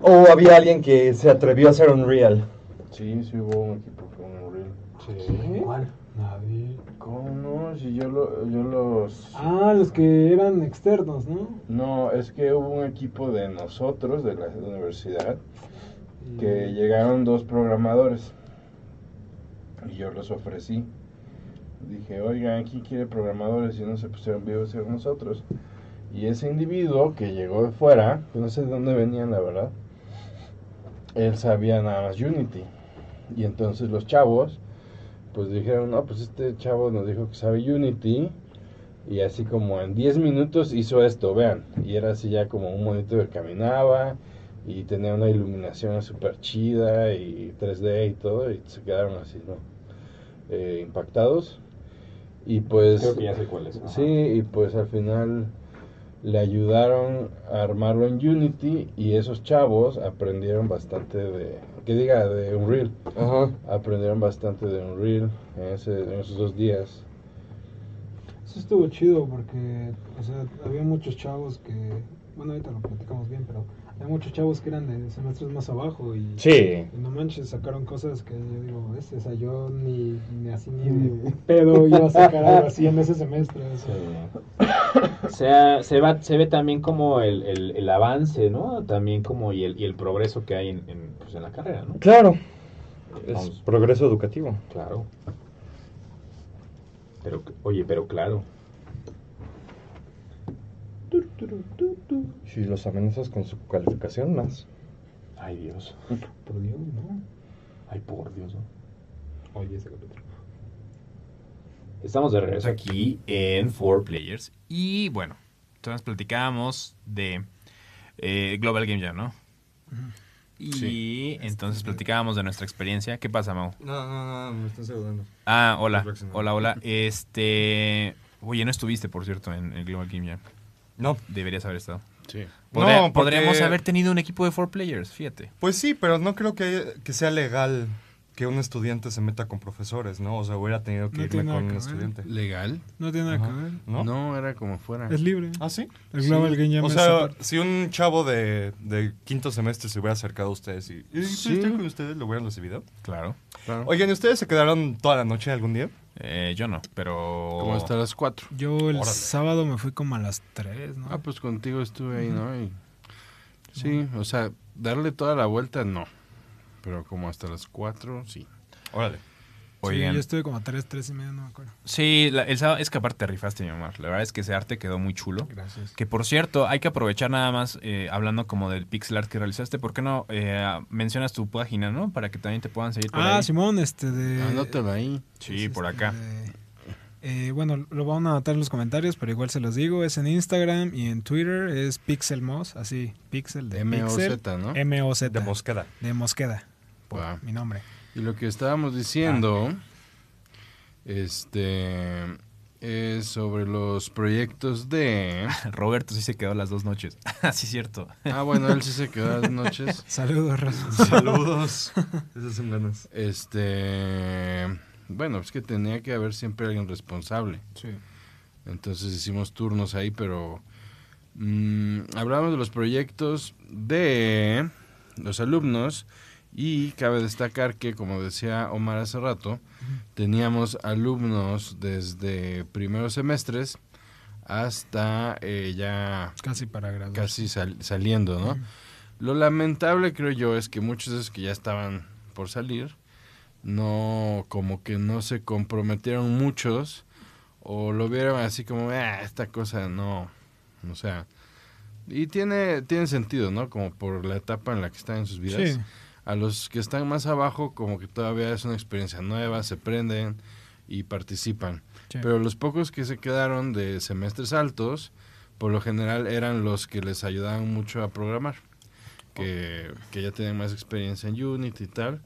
Speaker 7: ¿O había alguien que se atrevió a hacer Unreal?
Speaker 4: Sí, sí hubo un equipo con Unreal. Sí.
Speaker 3: ¿Cuál? Nadie.
Speaker 4: ¿Cómo no? Si yo, lo, yo los...
Speaker 3: Ah, los que eran externos, ¿no?
Speaker 4: No, es que hubo un equipo de nosotros, de la universidad, que llegaron dos programadores. Y yo los ofrecí. Dije, oigan, aquí quiere programadores y no se pusieron vivos ser nosotros. Y ese individuo que llegó de fuera, que no sé de dónde venían, la verdad, él sabía nada más Unity. Y entonces los chavos, pues dijeron, no, pues este chavo nos dijo que sabe Unity. Y así como en 10 minutos hizo esto, vean. Y era así ya como un monitor que caminaba y tenía una iluminación súper chida y 3D y todo. Y se quedaron así, ¿no? Eh, impactados. Y pues...
Speaker 6: Creo que ya sé cuál es. ajá.
Speaker 4: Sí, y pues al final le ayudaron a armarlo en Unity y esos chavos aprendieron bastante de, que diga, de Unreal.
Speaker 7: Ajá.
Speaker 4: Aprendieron bastante de Unreal en, ese- en esos dos días.
Speaker 8: Eso estuvo chido porque, o sea, había muchos chavos que, bueno, ahorita lo platicamos bien, pero había muchos chavos que eran de semestres más abajo y,
Speaker 7: Sí.
Speaker 8: y no manches, sacaron cosas que yo digo, este, o sea, yo ni, ni así ni de pedo iba a sacar algo así en ese semestre. o sea.
Speaker 6: O sea, Eh, se, va, se ve también como el, el, el avance, ¿no? También como y el, y el progreso que hay en, en, pues, en la carrera, ¿no?
Speaker 7: Claro. Es
Speaker 6: Vamos.
Speaker 7: progreso educativo.
Speaker 6: Claro. Pero, oye, pero claro.
Speaker 7: Si los amenazas con su calificación más.
Speaker 6: Ay, Dios. Por Dios, ¿no? Ay, por Dios, ¿no? Oye, ese otro. Estamos de regreso
Speaker 1: aquí en Four Players. Y bueno, entonces platicábamos de eh, Global Game Jam, ¿no? Y entonces platicábamos de nuestra experiencia. ¿Qué pasa, Mau?
Speaker 2: No, no, no, me están saludando.
Speaker 1: Ah, hola.
Speaker 2: La próxima.
Speaker 1: Hola, hola. Este. Oye, no estuviste, por cierto, en el Global Game Jam.
Speaker 2: No.
Speaker 1: Deberías haber estado.
Speaker 4: Sí.
Speaker 1: Podría-
Speaker 2: No, porque-
Speaker 1: Podríamos haber tenido un equipo de four players, fíjate.
Speaker 2: Pues sí, pero no creo que, que sea legal que un estudiante se meta con profesores, ¿no? O sea, hubiera tenido que
Speaker 3: No
Speaker 2: irme
Speaker 3: tiene nada
Speaker 2: con un
Speaker 3: que ver.
Speaker 2: estudiante.
Speaker 4: ¿Legal?
Speaker 3: No tiene nada que ver.
Speaker 2: ¿No?
Speaker 4: No, era como fuera.
Speaker 3: Es libre.
Speaker 2: ¿Ah, sí?
Speaker 3: El Global Game Jam
Speaker 2: O
Speaker 3: es
Speaker 2: sea,
Speaker 3: súper-
Speaker 2: si un chavo de, de quinto semestre se hubiera acercado a ustedes y... "Eh,
Speaker 4: Sí.
Speaker 2: estoy con ustedes? ¿Lo hubieran recibido?
Speaker 1: Claro.
Speaker 4: Claro.
Speaker 2: Oigan, ¿y ustedes se quedaron toda la noche algún día?
Speaker 1: Eh, yo no, pero.
Speaker 4: Como hasta las 4.
Speaker 3: Yo el sábado me fui como a las 3, ¿no?
Speaker 4: Ah, pues contigo estuve ahí, ¿no? Y- Sí, o sea, darle toda la vuelta, no. Pero como hasta las 4, sí.
Speaker 2: Órale.
Speaker 1: Oigan.
Speaker 3: Sí, yo estuve como a 3, 3 y media, no me acuerdo.
Speaker 1: Sí, la- el sábado es que aparte te rifaste, mi amor. La verdad es que ese arte quedó muy chulo.
Speaker 3: Gracias.
Speaker 1: Que por cierto, hay que aprovechar nada más, eh, hablando como del pixel art que realizaste, ¿por qué no eh, mencionas tu página, no? Para que también te puedan seguir por
Speaker 3: Ah,
Speaker 1: ahí.
Speaker 3: Simón, este de...
Speaker 4: Anótalo ahí.
Speaker 1: Sí,
Speaker 3: es
Speaker 1: por
Speaker 3: este
Speaker 1: acá.
Speaker 3: de- eh, bueno, lo van a anotar en los comentarios, pero igual se los digo. Es en Instagram y en Twitter. Es Pixelmos, así, Pixel de Pixel.
Speaker 4: M-O-Z, ¿no?
Speaker 3: M-O-Z.
Speaker 2: De mosqueda.
Speaker 3: De Mosqueda, por
Speaker 4: Va.
Speaker 3: mi nombre.
Speaker 4: Y lo que estábamos diciendo este es sobre los proyectos de
Speaker 1: [LAUGHS] Roberto sí se quedó las dos noches. [LAUGHS] Ah, sí, cierto.
Speaker 4: Ah, bueno, él sí se quedó las noches.
Speaker 3: Saludos, Rosa.
Speaker 2: Saludos. [LAUGHS] Esas son ganas.
Speaker 4: Este, bueno, es que tenía que haber siempre alguien responsable.
Speaker 3: Sí.
Speaker 4: Entonces hicimos turnos ahí, pero mm, hablamos de los proyectos de los alumnos y cabe destacar que, como decía Omar hace rato, teníamos alumnos desde primeros semestres hasta eh, ya
Speaker 3: Casi para graduar.
Speaker 4: casi sal- saliendo, ¿no? Lo lamentable creo yo es que muchos de esos que ya estaban por salir, no, como que no se comprometieron muchos o lo vieron así como, "Ah, esta cosa no, o sea, y tiene, tiene sentido, ¿no? Como por la etapa en la que están en sus vidas.
Speaker 3: Sí.
Speaker 4: A los que están más abajo, como que todavía es una experiencia nueva, se prenden y participan.
Speaker 3: Sí.
Speaker 4: Pero los pocos que se quedaron de semestres altos, por lo general eran los que les ayudaban mucho a programar, que, que ya tenían más experiencia en Unity y tal.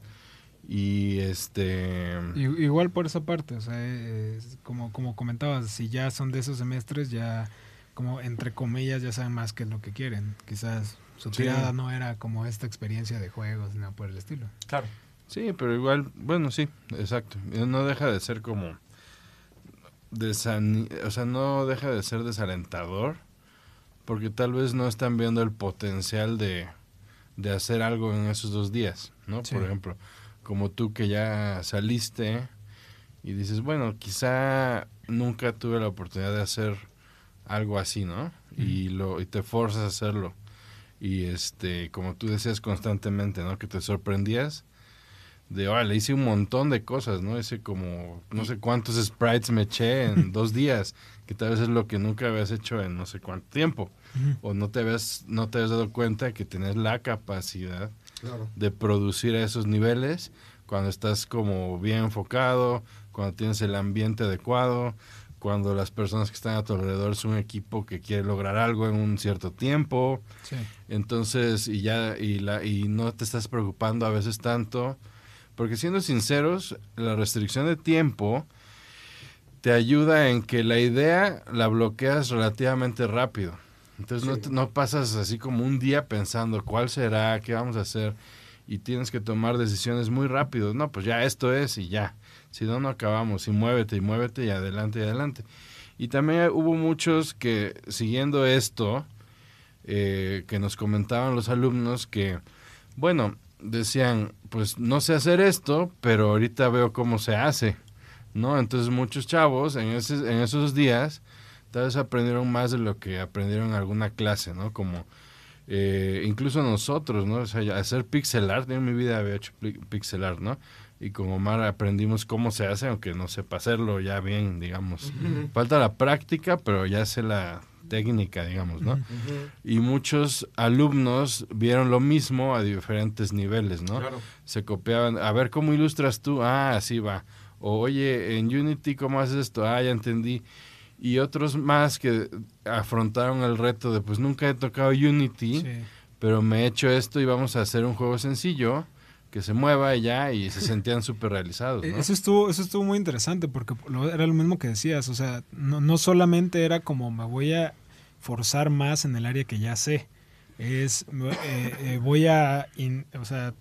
Speaker 4: Y este...
Speaker 3: I- Igual por esa parte, o sea, es como, como comentabas, si ya son de esos semestres, ya como entre comillas ya saben más que lo que quieren. Quizás su
Speaker 4: Sí.
Speaker 3: tirada no era como esta experiencia de juegos, nada por el estilo.
Speaker 2: Claro.
Speaker 4: Sí, pero igual, bueno, sí, exacto. Eh, No deja de ser como... desani- o sea, no deja de ser desalentador, porque tal vez no están viendo el potencial de, de hacer algo en esos dos días, ¿no?
Speaker 3: Sí.
Speaker 4: Por ejemplo, como tú que ya saliste y dices, bueno, quizá nunca tuve la oportunidad de hacer algo así, ¿no? Y, lo, y te forzas a hacerlo. Y este, como tú decías constantemente, ¿no? Que te sorprendías de, le hice un montón de cosas, ¿no? Hice como, no sé cuántos sprites me eché en dos días, que tal vez es lo que nunca habías hecho en no sé cuánto tiempo. O no te habías, no te habías dado cuenta que tienes la capacidad de producir a esos niveles cuando estás como bien enfocado, cuando tienes el ambiente adecuado, cuando las personas que están a tu alrededor es un equipo que quiere lograr algo en un cierto tiempo.
Speaker 3: Sí.
Speaker 4: Entonces, y ya, y, la, y no te estás preocupando a veces tanto, porque siendo sinceros, la restricción de tiempo te ayuda en que la idea la bloqueas relativamente rápido. Entonces no, te- no pasas así como un día pensando cuál será, qué vamos a hacer, y tienes que tomar decisiones muy rápido. No, pues ya esto es y ya. Si no, no acabamos. Y muévete y muévete y adelante y adelante. Y también hubo muchos que siguiendo esto, eh, que nos comentaban los alumnos que, bueno, decían, pues no sé hacer esto, pero ahorita veo cómo se hace, ¿no? Entonces muchos chavos en, ese, en esos días tal vez aprendieron más de lo que aprendieron en alguna clase, ¿no? Como eh, incluso nosotros, ¿no? O sea, ya hacer pixel art, yo en mi vida había hecho pli- pixel art, ¿no? Y con Omar aprendimos cómo se hace, aunque no sepa hacerlo ya bien, digamos. Falta la práctica, pero ya sé la técnica, digamos, ¿no? Y muchos alumnos vieron lo mismo a diferentes niveles, ¿no? Se copiaban, a ver cómo ilustras tú, ah, así va. O, oye, en Unity, ¿cómo haces esto? Ah, ya entendí. Y otros más que afrontaron el reto de, pues nunca he tocado Unity,
Speaker 3: Sí.
Speaker 4: pero me he hecho esto y vamos a hacer un juego sencillo que se mueva y ya, y
Speaker 3: [LAUGHS]
Speaker 4: se sentían súper realizados,
Speaker 3: Eh,
Speaker 4: ¿no?
Speaker 3: Eso estuvo, eso estuvo muy interesante porque lo- era lo mismo que decías, o sea, no, no solamente era como me voy a forzar más en el área que ya sé, es me- eh, eh, voy a, in- o sea,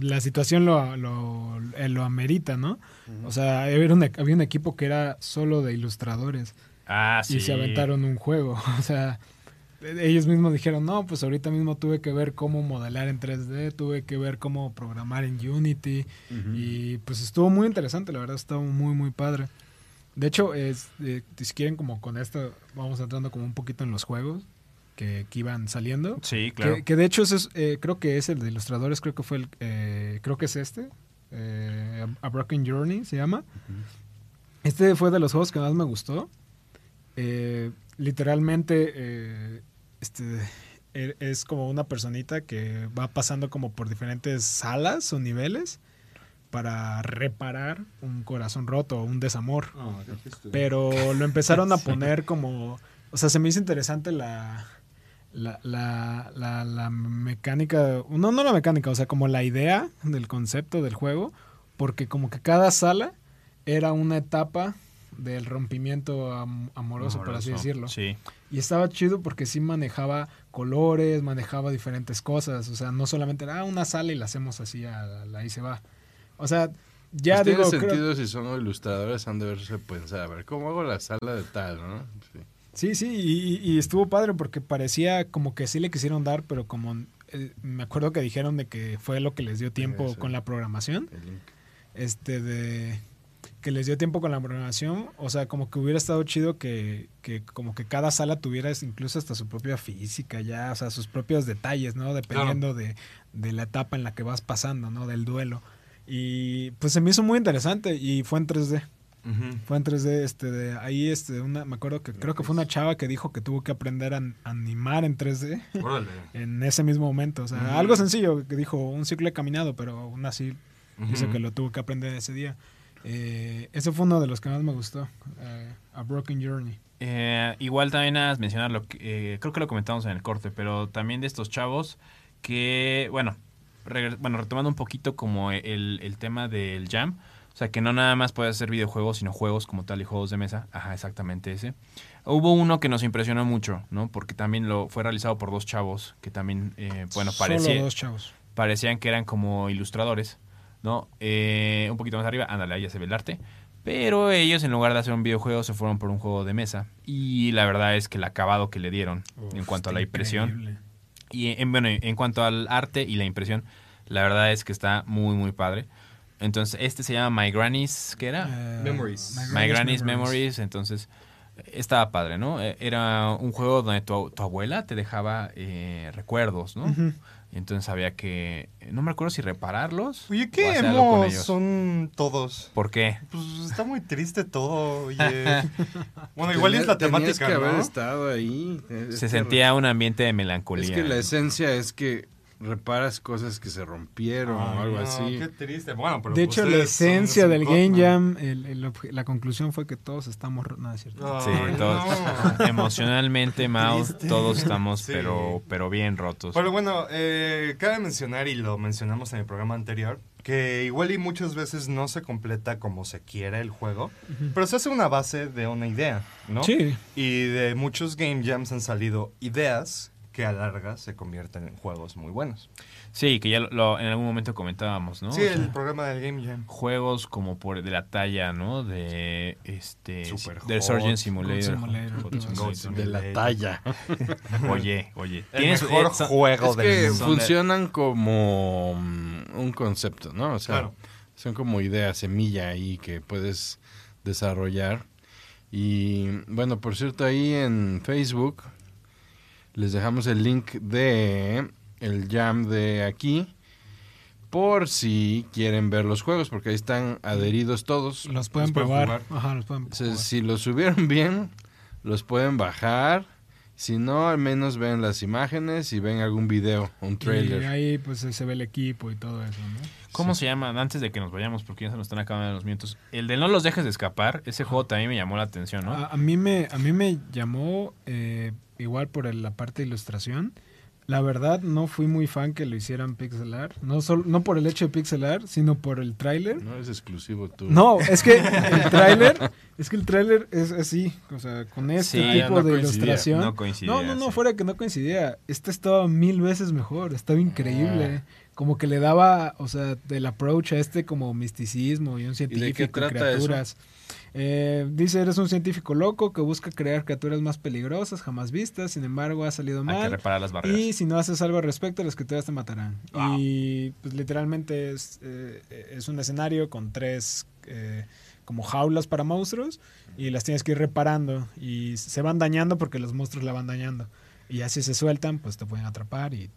Speaker 3: la situación lo, lo, eh, lo amerita, ¿no? O sea, había un, había un equipo que era solo de ilustradores
Speaker 1: Ah, sí.
Speaker 3: y se aventaron un juego. [LAUGHS] O sea, e- ellos mismos dijeron, no, pues ahorita mismo tuve que ver cómo modelar en 3D, tuve que ver cómo programar en Unity. Y pues estuvo muy interesante, la verdad, estuvo muy, muy padre. De hecho, es, eh, si quieren, como con esto, vamos entrando como un poquito en los juegos que, que iban saliendo.
Speaker 1: Sí, claro.
Speaker 3: Que, que de hecho, ese es, eh, creo que es el de ilustradores, creo que fue el, eh, creo que es este, eh, A Broken Journey se llama. Este fue de los juegos que más me gustó. Eh, literalmente, eh, este, e- es como una personita que va pasando como por diferentes salas o niveles para reparar un corazón roto o un desamor. Pero lo empezaron
Speaker 4: [LAUGHS]
Speaker 3: a poner como. O sea, se me hizo interesante la. La, la, la, la mecánica, no, no la mecánica, o sea, como la idea del concepto del juego, porque como que cada sala era una etapa del rompimiento am- amoroso, por así decirlo.
Speaker 1: Sí.
Speaker 3: Y estaba chido porque sí manejaba colores, manejaba diferentes cosas. O sea, no solamente era "Ah, una sala y la hacemos así, a- a- ahí se va. O sea, ya
Speaker 4: Pues
Speaker 3: digo.
Speaker 4: tiene
Speaker 3: creo-
Speaker 4: sentido si son ilustradores, han de verse pensar, a ver, ¿cómo hago la sala de tal, no? Sí.
Speaker 3: Sí, sí, y, y- y estuvo padre porque parecía como que sí le quisieron dar, pero como. eh, me acuerdo que dijeron de que fue lo que les dio tiempo
Speaker 4: Eso.
Speaker 3: con la programación.
Speaker 4: El link.
Speaker 3: este de que les dio tiempo con la programación, o sea, como que hubiera estado chido que, que como que cada sala tuviera es- incluso hasta su propia física ya, o sea, sus propios detalles, ¿no? Dependiendo de, de la etapa en la que vas pasando, ¿no? Del duelo. Y pues se me hizo muy interesante y fue en 3D. Fue en 3D, este, de ahí, este, una, me acuerdo que creo que fue una chava que dijo que tuvo que aprender a an- animar en 3D
Speaker 2: Órale.
Speaker 3: en ese mismo momento. O sea, algo sencillo, que dijo, un ciclo he caminado, pero aún así dice que lo tuvo que aprender ese día. Eh, ese fue uno de los que más me gustó, eh, A Broken Journey.
Speaker 1: Eh, igual también has mencionado, lo que, eh, creo que lo comentamos en el corte, pero también de estos chavos que, bueno, regre- bueno retomando un poquito como el, el tema del jam, o sea, que no nada más puedes hacer videojuegos, sino juegos como tal y juegos de mesa. Ajá, exactamente ese. Hubo uno que nos impresionó mucho, ¿no? Porque también lo fue realizado por dos chavos que también, eh, bueno,
Speaker 3: Solo
Speaker 1: parecía,
Speaker 3: dos chavos.
Speaker 1: parecían que eran como ilustradores, ¿no? Eh, un poquito más arriba, ándale, ahí ya se ve el arte. Pero ellos, en lugar de hacer un videojuego, se fueron por un juego de mesa. Y la verdad es que el acabado que le dieron en cuanto a la impresión. Y en, bueno, en cuanto al arte y la impresión, la verdad es que está muy, muy padre. Entonces, este se llama My Granny's, ¿qué era?
Speaker 3: Eh,
Speaker 2: Ah, Memories.
Speaker 1: My Granny's Memories, entonces estaba padre, ¿no? Eh, Era un juego donde tu, tu abuela te dejaba eh, recuerdos, ¿no? Y entonces había que, eh, no me acuerdo si repararlos.
Speaker 2: Oye,
Speaker 1: o
Speaker 2: ¿qué
Speaker 1: hacer algo con
Speaker 2: emos
Speaker 1: ellos.
Speaker 2: son todos?
Speaker 1: ¿Por qué?
Speaker 2: Pues está muy triste todo, oye. bueno, igual
Speaker 4: Tenía-
Speaker 2: es la
Speaker 4: tenías
Speaker 2: temática,
Speaker 4: que
Speaker 2: ¿no?
Speaker 4: haber estado ahí. Este, Es
Speaker 1: Se
Speaker 4: que-
Speaker 1: sentía un ambiente de melancolía.
Speaker 4: Es que la esencia es que reparas cosas que se rompieron
Speaker 2: Ay,
Speaker 4: o algo
Speaker 2: no,
Speaker 4: así.
Speaker 2: Qué triste. Bueno, pero pues
Speaker 3: De hecho, la
Speaker 2: ustedes son-
Speaker 3: esencia
Speaker 2: son
Speaker 3: del Game
Speaker 2: Godman.
Speaker 3: Jam, el- el obje- la conclusión fue que todos estamos... ro- No, es cierto.
Speaker 2: Ay,
Speaker 1: Sí, todos, [LAUGHS]
Speaker 2: no.
Speaker 1: emocionalmente, Mao,
Speaker 2: triste.
Speaker 1: todos estamos
Speaker 2: Sí.
Speaker 1: pero, pero bien rotos.
Speaker 2: Pero bueno, eh, cabe mencionar, y lo mencionamos en el programa anterior, que igual y muchas veces no se completa como se quiere el juego, pero se hace una base de una idea, ¿no?
Speaker 3: Sí.
Speaker 2: Y de muchos game jams han salido ideas que a larga se convierten en juegos muy buenos.
Speaker 1: Sí, que ya lo, lo- en algún momento comentábamos, ¿no?
Speaker 2: sí,
Speaker 1: O sea,
Speaker 2: el programa del game jam.
Speaker 1: juegos como por de la talla, ¿no? De este
Speaker 2: Super
Speaker 1: del
Speaker 2: Hot,
Speaker 1: Surgeon
Speaker 3: Goat
Speaker 1: Simulator.
Speaker 3: Simulator.
Speaker 1: Hot
Speaker 3: No,
Speaker 1: Simulator.
Speaker 2: sí.
Speaker 4: De la talla.
Speaker 1: Oye, oye.
Speaker 2: El
Speaker 1: Tiene su-
Speaker 2: mejor
Speaker 1: eh, son-
Speaker 2: juego
Speaker 4: Es
Speaker 2: del
Speaker 4: que
Speaker 2: mundo.
Speaker 4: funcionan como mm, un concepto, ¿no? O sea,
Speaker 2: Claro.
Speaker 4: son como ideas, semilla ahí que puedes desarrollar. Y bueno, por cierto, ahí en Facebook les dejamos el link de el jam de aquí por si quieren ver los juegos, porque ahí están adheridos todos.
Speaker 3: Los pueden
Speaker 2: pueden
Speaker 3: probar. Ajá, los pueden
Speaker 4: Se-
Speaker 3: probar.
Speaker 4: si los subieron bien, los pueden bajar Si no, al menos ven las imágenes y ven algún video, un trailer.
Speaker 3: Y ahí pues se ve el equipo y todo eso, ¿no?
Speaker 1: ¿Cómo se llama? Antes de que nos vayamos, porque ya se nos están acabando los minutos. El de No los dejes de escapar, ese juego también me llamó la atención, ¿no?
Speaker 3: A, a mí me, a mí me llamó eh, igual por el- la parte de ilustración. La verdad no fui muy fan que lo hicieran pixelar, no solo, no por el hecho de pixelar, sino por el tráiler.
Speaker 4: No es exclusivo tú.
Speaker 3: No, es que el tráiler, es que el tráiler es así, o sea, con este
Speaker 1: Sí,
Speaker 3: tipo
Speaker 4: no
Speaker 3: de
Speaker 4: coincidía,
Speaker 3: ilustración.
Speaker 1: No coincidía.
Speaker 3: No, no, no,
Speaker 1: sí.
Speaker 3: fuera que no coincidía. Este estaba mil veces mejor, estaba increíble. Como que le daba, o sea, del approach a este como misticismo y un científico
Speaker 4: trata
Speaker 3: criaturas. Eh, dice, eres un científico loco que busca crear criaturas más peligrosas, jamás vistas, sin embargo ha salido
Speaker 1: Hay que
Speaker 3: mal.
Speaker 1: reparar las barreras.
Speaker 3: Y si no haces algo al respecto, las criaturas te matarán. Y pues literalmente es, eh, es un escenario con tres eh, como jaulas para monstruos y las tienes que ir reparando y se van dañando porque los monstruos la van dañando. Y así se sueltan, pues te pueden atrapar y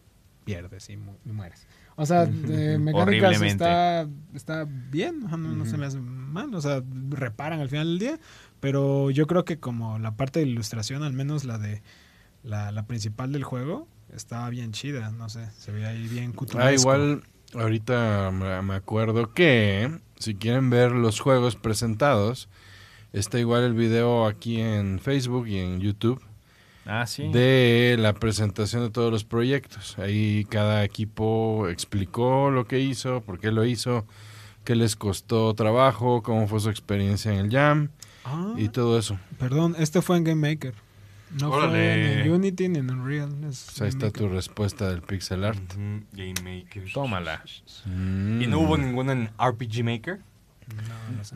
Speaker 3: pierdes y, mu- y mueres. O sea, de mecánicas
Speaker 1: Horriblemente.
Speaker 3: está, está bien, ajá, no, no se me hace mal, o sea, reparan al final del día, pero yo creo que como la parte de ilustración, al menos la de la, la principal del juego estaba bien chida, no sé, se veía ahí bien
Speaker 4: Ah,
Speaker 3: cultural.
Speaker 4: igual, ahorita me me acuerdo que si quieren ver los juegos presentados, está igual el video aquí en Facebook y en YouTube
Speaker 1: Ah, sí.
Speaker 4: de la presentación de todos los proyectos. Ahí cada equipo explicó lo que hizo, por qué lo hizo, qué les costó trabajo, cómo fue su experiencia en el Jam
Speaker 3: Ah,
Speaker 4: y todo eso.
Speaker 3: perdón, este fue en Game Maker. No
Speaker 2: Órale.
Speaker 3: fue en Unity ni en Unreal. es
Speaker 4: Pues ahí
Speaker 3: Game
Speaker 4: está
Speaker 3: Maker.
Speaker 4: tu respuesta del pixel art.
Speaker 2: Ujú, Game Maker.
Speaker 1: Tómala.
Speaker 4: Mm.
Speaker 2: ¿Y no hubo ninguna en RPG Maker?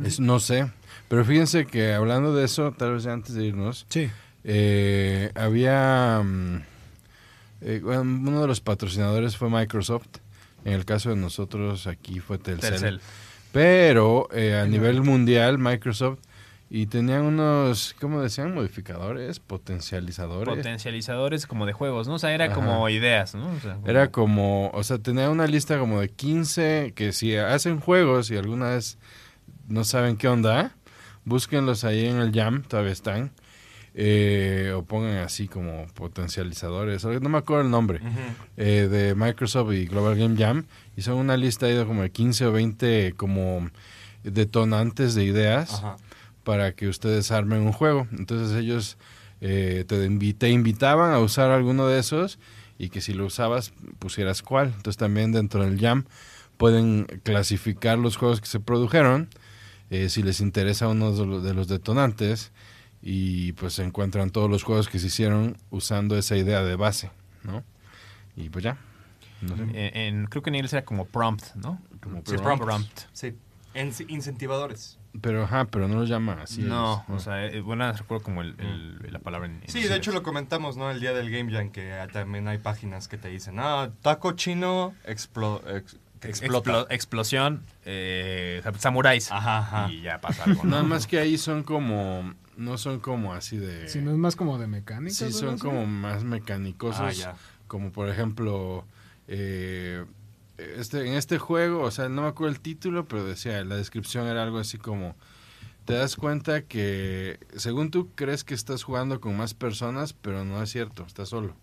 Speaker 4: Es- no sé, pero fíjense que hablando de eso, tal vez ya antes de irnos,
Speaker 3: Sí.
Speaker 4: eh, había... mm, eh, bueno, uno de los patrocinadores fue Microsoft, en el caso de nosotros aquí fue Telcel.
Speaker 1: Telcel.
Speaker 4: Pero eh, a nivel mundial, Microsoft, y tenían unos, ¿cómo decían? Modificadores, potencializadores.
Speaker 1: Potencializadores como de juegos, ¿no? O sea, era
Speaker 4: Ajá.
Speaker 1: como ideas, ¿no? O sea, como-
Speaker 4: Era como, o sea, tenía una lista como de 15 que si hacen juegos y alguna vez no saben qué onda, búsquenlos ahí en el Jam, todavía están. eh, o pongan así como potencializadores, algo- no me acuerdo el nombre, eh, de Microsoft y Global Game Jam. Y son una lista ahí de como de 15 o 20 como detonantes de ideas
Speaker 2: Ajá.
Speaker 4: para que ustedes armen un juego. Entonces ellos eh, te, invi- te invitaban a usar alguno de esos y que si lo usabas pusieras cuál. Entonces también dentro del jam pueden clasificar los juegos que se produjeron, eh, si les interesa uno de lo- de los detonantes y pues se encuentran todos los juegos que se hicieron usando esa idea de base, ¿no? Y pues ya. No sé.
Speaker 2: Eh,
Speaker 1: En, en- creo que en inglés era como prompt, ¿no?
Speaker 4: Como
Speaker 1: Sí,
Speaker 4: prompt.
Speaker 2: Sí. En- incentivadores.
Speaker 4: Pero ajá, pero no lo llama así.
Speaker 1: no,
Speaker 4: es, ¿no?
Speaker 1: o sea, eh, bueno, recuerdo como el- el- la palabra en, en
Speaker 2: Sí, de
Speaker 1: inglés.
Speaker 2: hecho lo comentamos, ¿no? El día del Game Jam, que ah, también hay páginas que te dicen, ah, taco chino explo- ex- que explota.
Speaker 1: Explo- explosión, eh, samuráis.
Speaker 2: Ajá, ajá.
Speaker 1: Y ya pasa algo. ¿no?
Speaker 4: Nada más que ahí son como, no son como así de...
Speaker 3: Si no es más como de mecánica.
Speaker 4: Sí, son como más mecánicos.
Speaker 2: Ah, ya.
Speaker 4: Como por ejemplo, eh, este, en este juego, o sea, no me acuerdo el título, pero decía, la descripción era algo así como, te das cuenta que según tú crees que estás jugando con más personas, pero no es cierto, estás solo.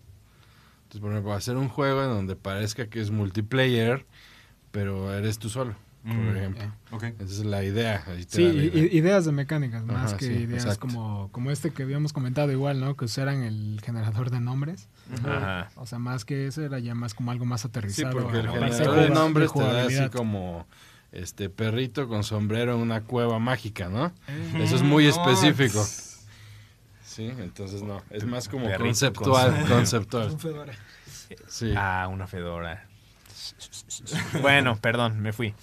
Speaker 4: Entonces, por ejemplo, hacer un juego en donde parezca que es multiplayer, pero eres tú solo, por
Speaker 2: Mm,
Speaker 4: ejemplo.
Speaker 2: Ok.
Speaker 4: Esa es la idea. ahí te
Speaker 3: Sí,
Speaker 4: da la idea.
Speaker 3: i- ideas de mecánicas,
Speaker 4: Ajá,
Speaker 3: más que
Speaker 4: sí,
Speaker 3: ideas
Speaker 4: exacto.
Speaker 3: como, como este que habíamos comentado igual, ¿no? Que usaran el generador de nombres.
Speaker 1: Ajá.
Speaker 3: O sea, más que eso era ya más como algo más
Speaker 4: Sí,
Speaker 3: aterrizado.
Speaker 4: porque el
Speaker 3: a- a
Speaker 1: generador
Speaker 3: base
Speaker 4: generador
Speaker 1: de
Speaker 4: de
Speaker 3: jugab-
Speaker 4: nombres te da así
Speaker 3: jugabilidad.
Speaker 4: como este perrito con sombrero en una cueva mágica, ¿no?
Speaker 3: Eh,
Speaker 4: Eso es muy
Speaker 2: Mm, No,
Speaker 4: específico.
Speaker 2: es-
Speaker 4: Sí, entonces no, es más como
Speaker 1: Perrito
Speaker 4: conceptual,
Speaker 8: Con
Speaker 4: conceptual.
Speaker 8: Fedora.
Speaker 4: Sí.
Speaker 1: Ah, una fedora. bueno, perdón, me fui.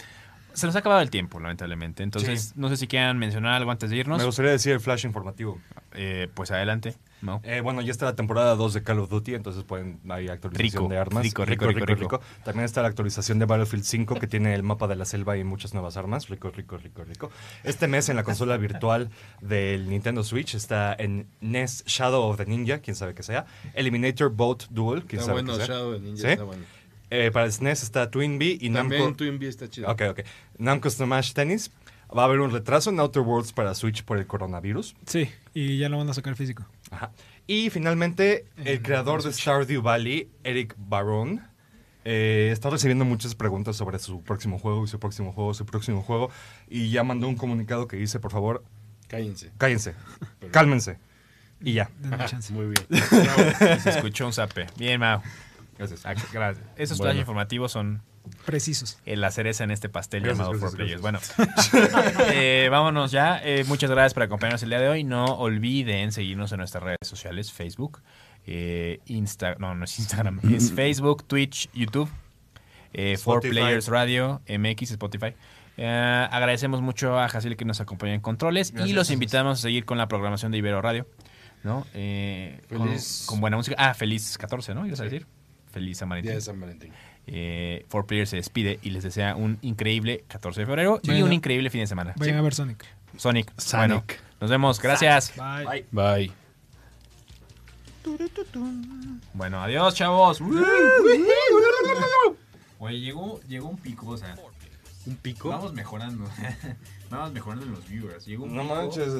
Speaker 1: Se nos ha acabado el tiempo, lamentablemente. Entonces, no sé si quieran mencionar algo antes de
Speaker 2: Me
Speaker 1: irnos.
Speaker 2: gustaría decir el flash informativo.
Speaker 1: Eh, pues adelante. Mau.
Speaker 2: Eh, bueno, ya está la temporada 2 de Call of Duty, entonces pueden hay actualización
Speaker 1: Rico,
Speaker 2: de armas.
Speaker 1: rico, rico, rico, rico.
Speaker 2: También está la actualización de Battlefield 5 que tiene el mapa de la selva y muchas nuevas armas. Rico, rico, rico, rico. Este mes en la consola virtual del Nintendo Switch está en NES Shadow of the Ninja, quién sabe qué sea. Eliminator Boat Duel, quién
Speaker 4: Está
Speaker 2: sabe
Speaker 4: bueno,
Speaker 2: qué sea.
Speaker 4: Shadow de Ninja
Speaker 2: ¿Sí?
Speaker 4: está bueno.
Speaker 2: Eh, para el SNES está Twin Bee y
Speaker 4: También
Speaker 2: Namco.
Speaker 4: Twin Bee está chido.
Speaker 2: Ok, ok. Namco Smash Tennis. Va a haber un retraso en Outer Worlds para Switch por el coronavirus.
Speaker 3: Sí, y ya lo van a sacar físico.
Speaker 2: Ajá. Y finalmente, el
Speaker 1: Mm,
Speaker 3: En-
Speaker 2: creador de Stardew Valley, Eric Barron, eh, está recibiendo muchas preguntas sobre su próximo juego, y su próximo juego, su próximo juego. Y ya mandó un comunicado que dice, por favor,
Speaker 4: Cállense.
Speaker 1: [LAUGHS]
Speaker 2: cállense, cálmense. Y ya.
Speaker 3: Denme chance.
Speaker 4: [LAUGHS] Muy bien.
Speaker 1: Eh, Se escuchó un zape. Bien, Mau.
Speaker 2: Gracias.
Speaker 1: Ah, Gracias. Esos
Speaker 4: Bueno.
Speaker 1: planes informativos son
Speaker 3: Precisos.
Speaker 1: eh, la cereza en este pastel
Speaker 2: Gracias,
Speaker 1: llamado
Speaker 2: gracias,
Speaker 1: For Players. Bueno,
Speaker 2: [LAUGHS]
Speaker 1: eh, vámonos ya. Eh, muchas gracias por acompañarnos el día de hoy. No olviden seguirnos en nuestras redes sociales, Facebook, eh, Instagram, no, no es
Speaker 2: [LAUGHS]
Speaker 1: Instagram, es Facebook, Twitch, YouTube, eh, For
Speaker 2: Spotify.
Speaker 1: Players Radio, MX, Spotify. Eh, agradecemos mucho a Jacil que nos acompaña en controles y
Speaker 2: Gracias,
Speaker 1: los
Speaker 2: gracias.
Speaker 1: invitamos a seguir con la programación de Ibero Radio. ¿no? Eh, con-
Speaker 4: Feliz-
Speaker 1: Con, buena música. Ah, feliz 14, ¿no? ¿Ibas a decir? Feliz San Valentín.
Speaker 4: Día de San Valentín.
Speaker 1: Eh, Four Players se despide y les desea un increíble 14 de febrero y
Speaker 3: Bueno.
Speaker 1: un increíble fin de semana.
Speaker 3: Vayan a ver Sonic.
Speaker 1: Sonic.
Speaker 4: Sonic.
Speaker 1: Bueno, nos vemos. Gracias.
Speaker 3: Bye.
Speaker 4: Bye.
Speaker 1: Bueno, adiós, chavos. Oye, llegó, llegó un pico, o sea. ¿Un pico? [LAUGHS] Vamos mejorando. Vamos mejorando en los viewers. Llegó un
Speaker 2: No
Speaker 1: pico.
Speaker 2: manches,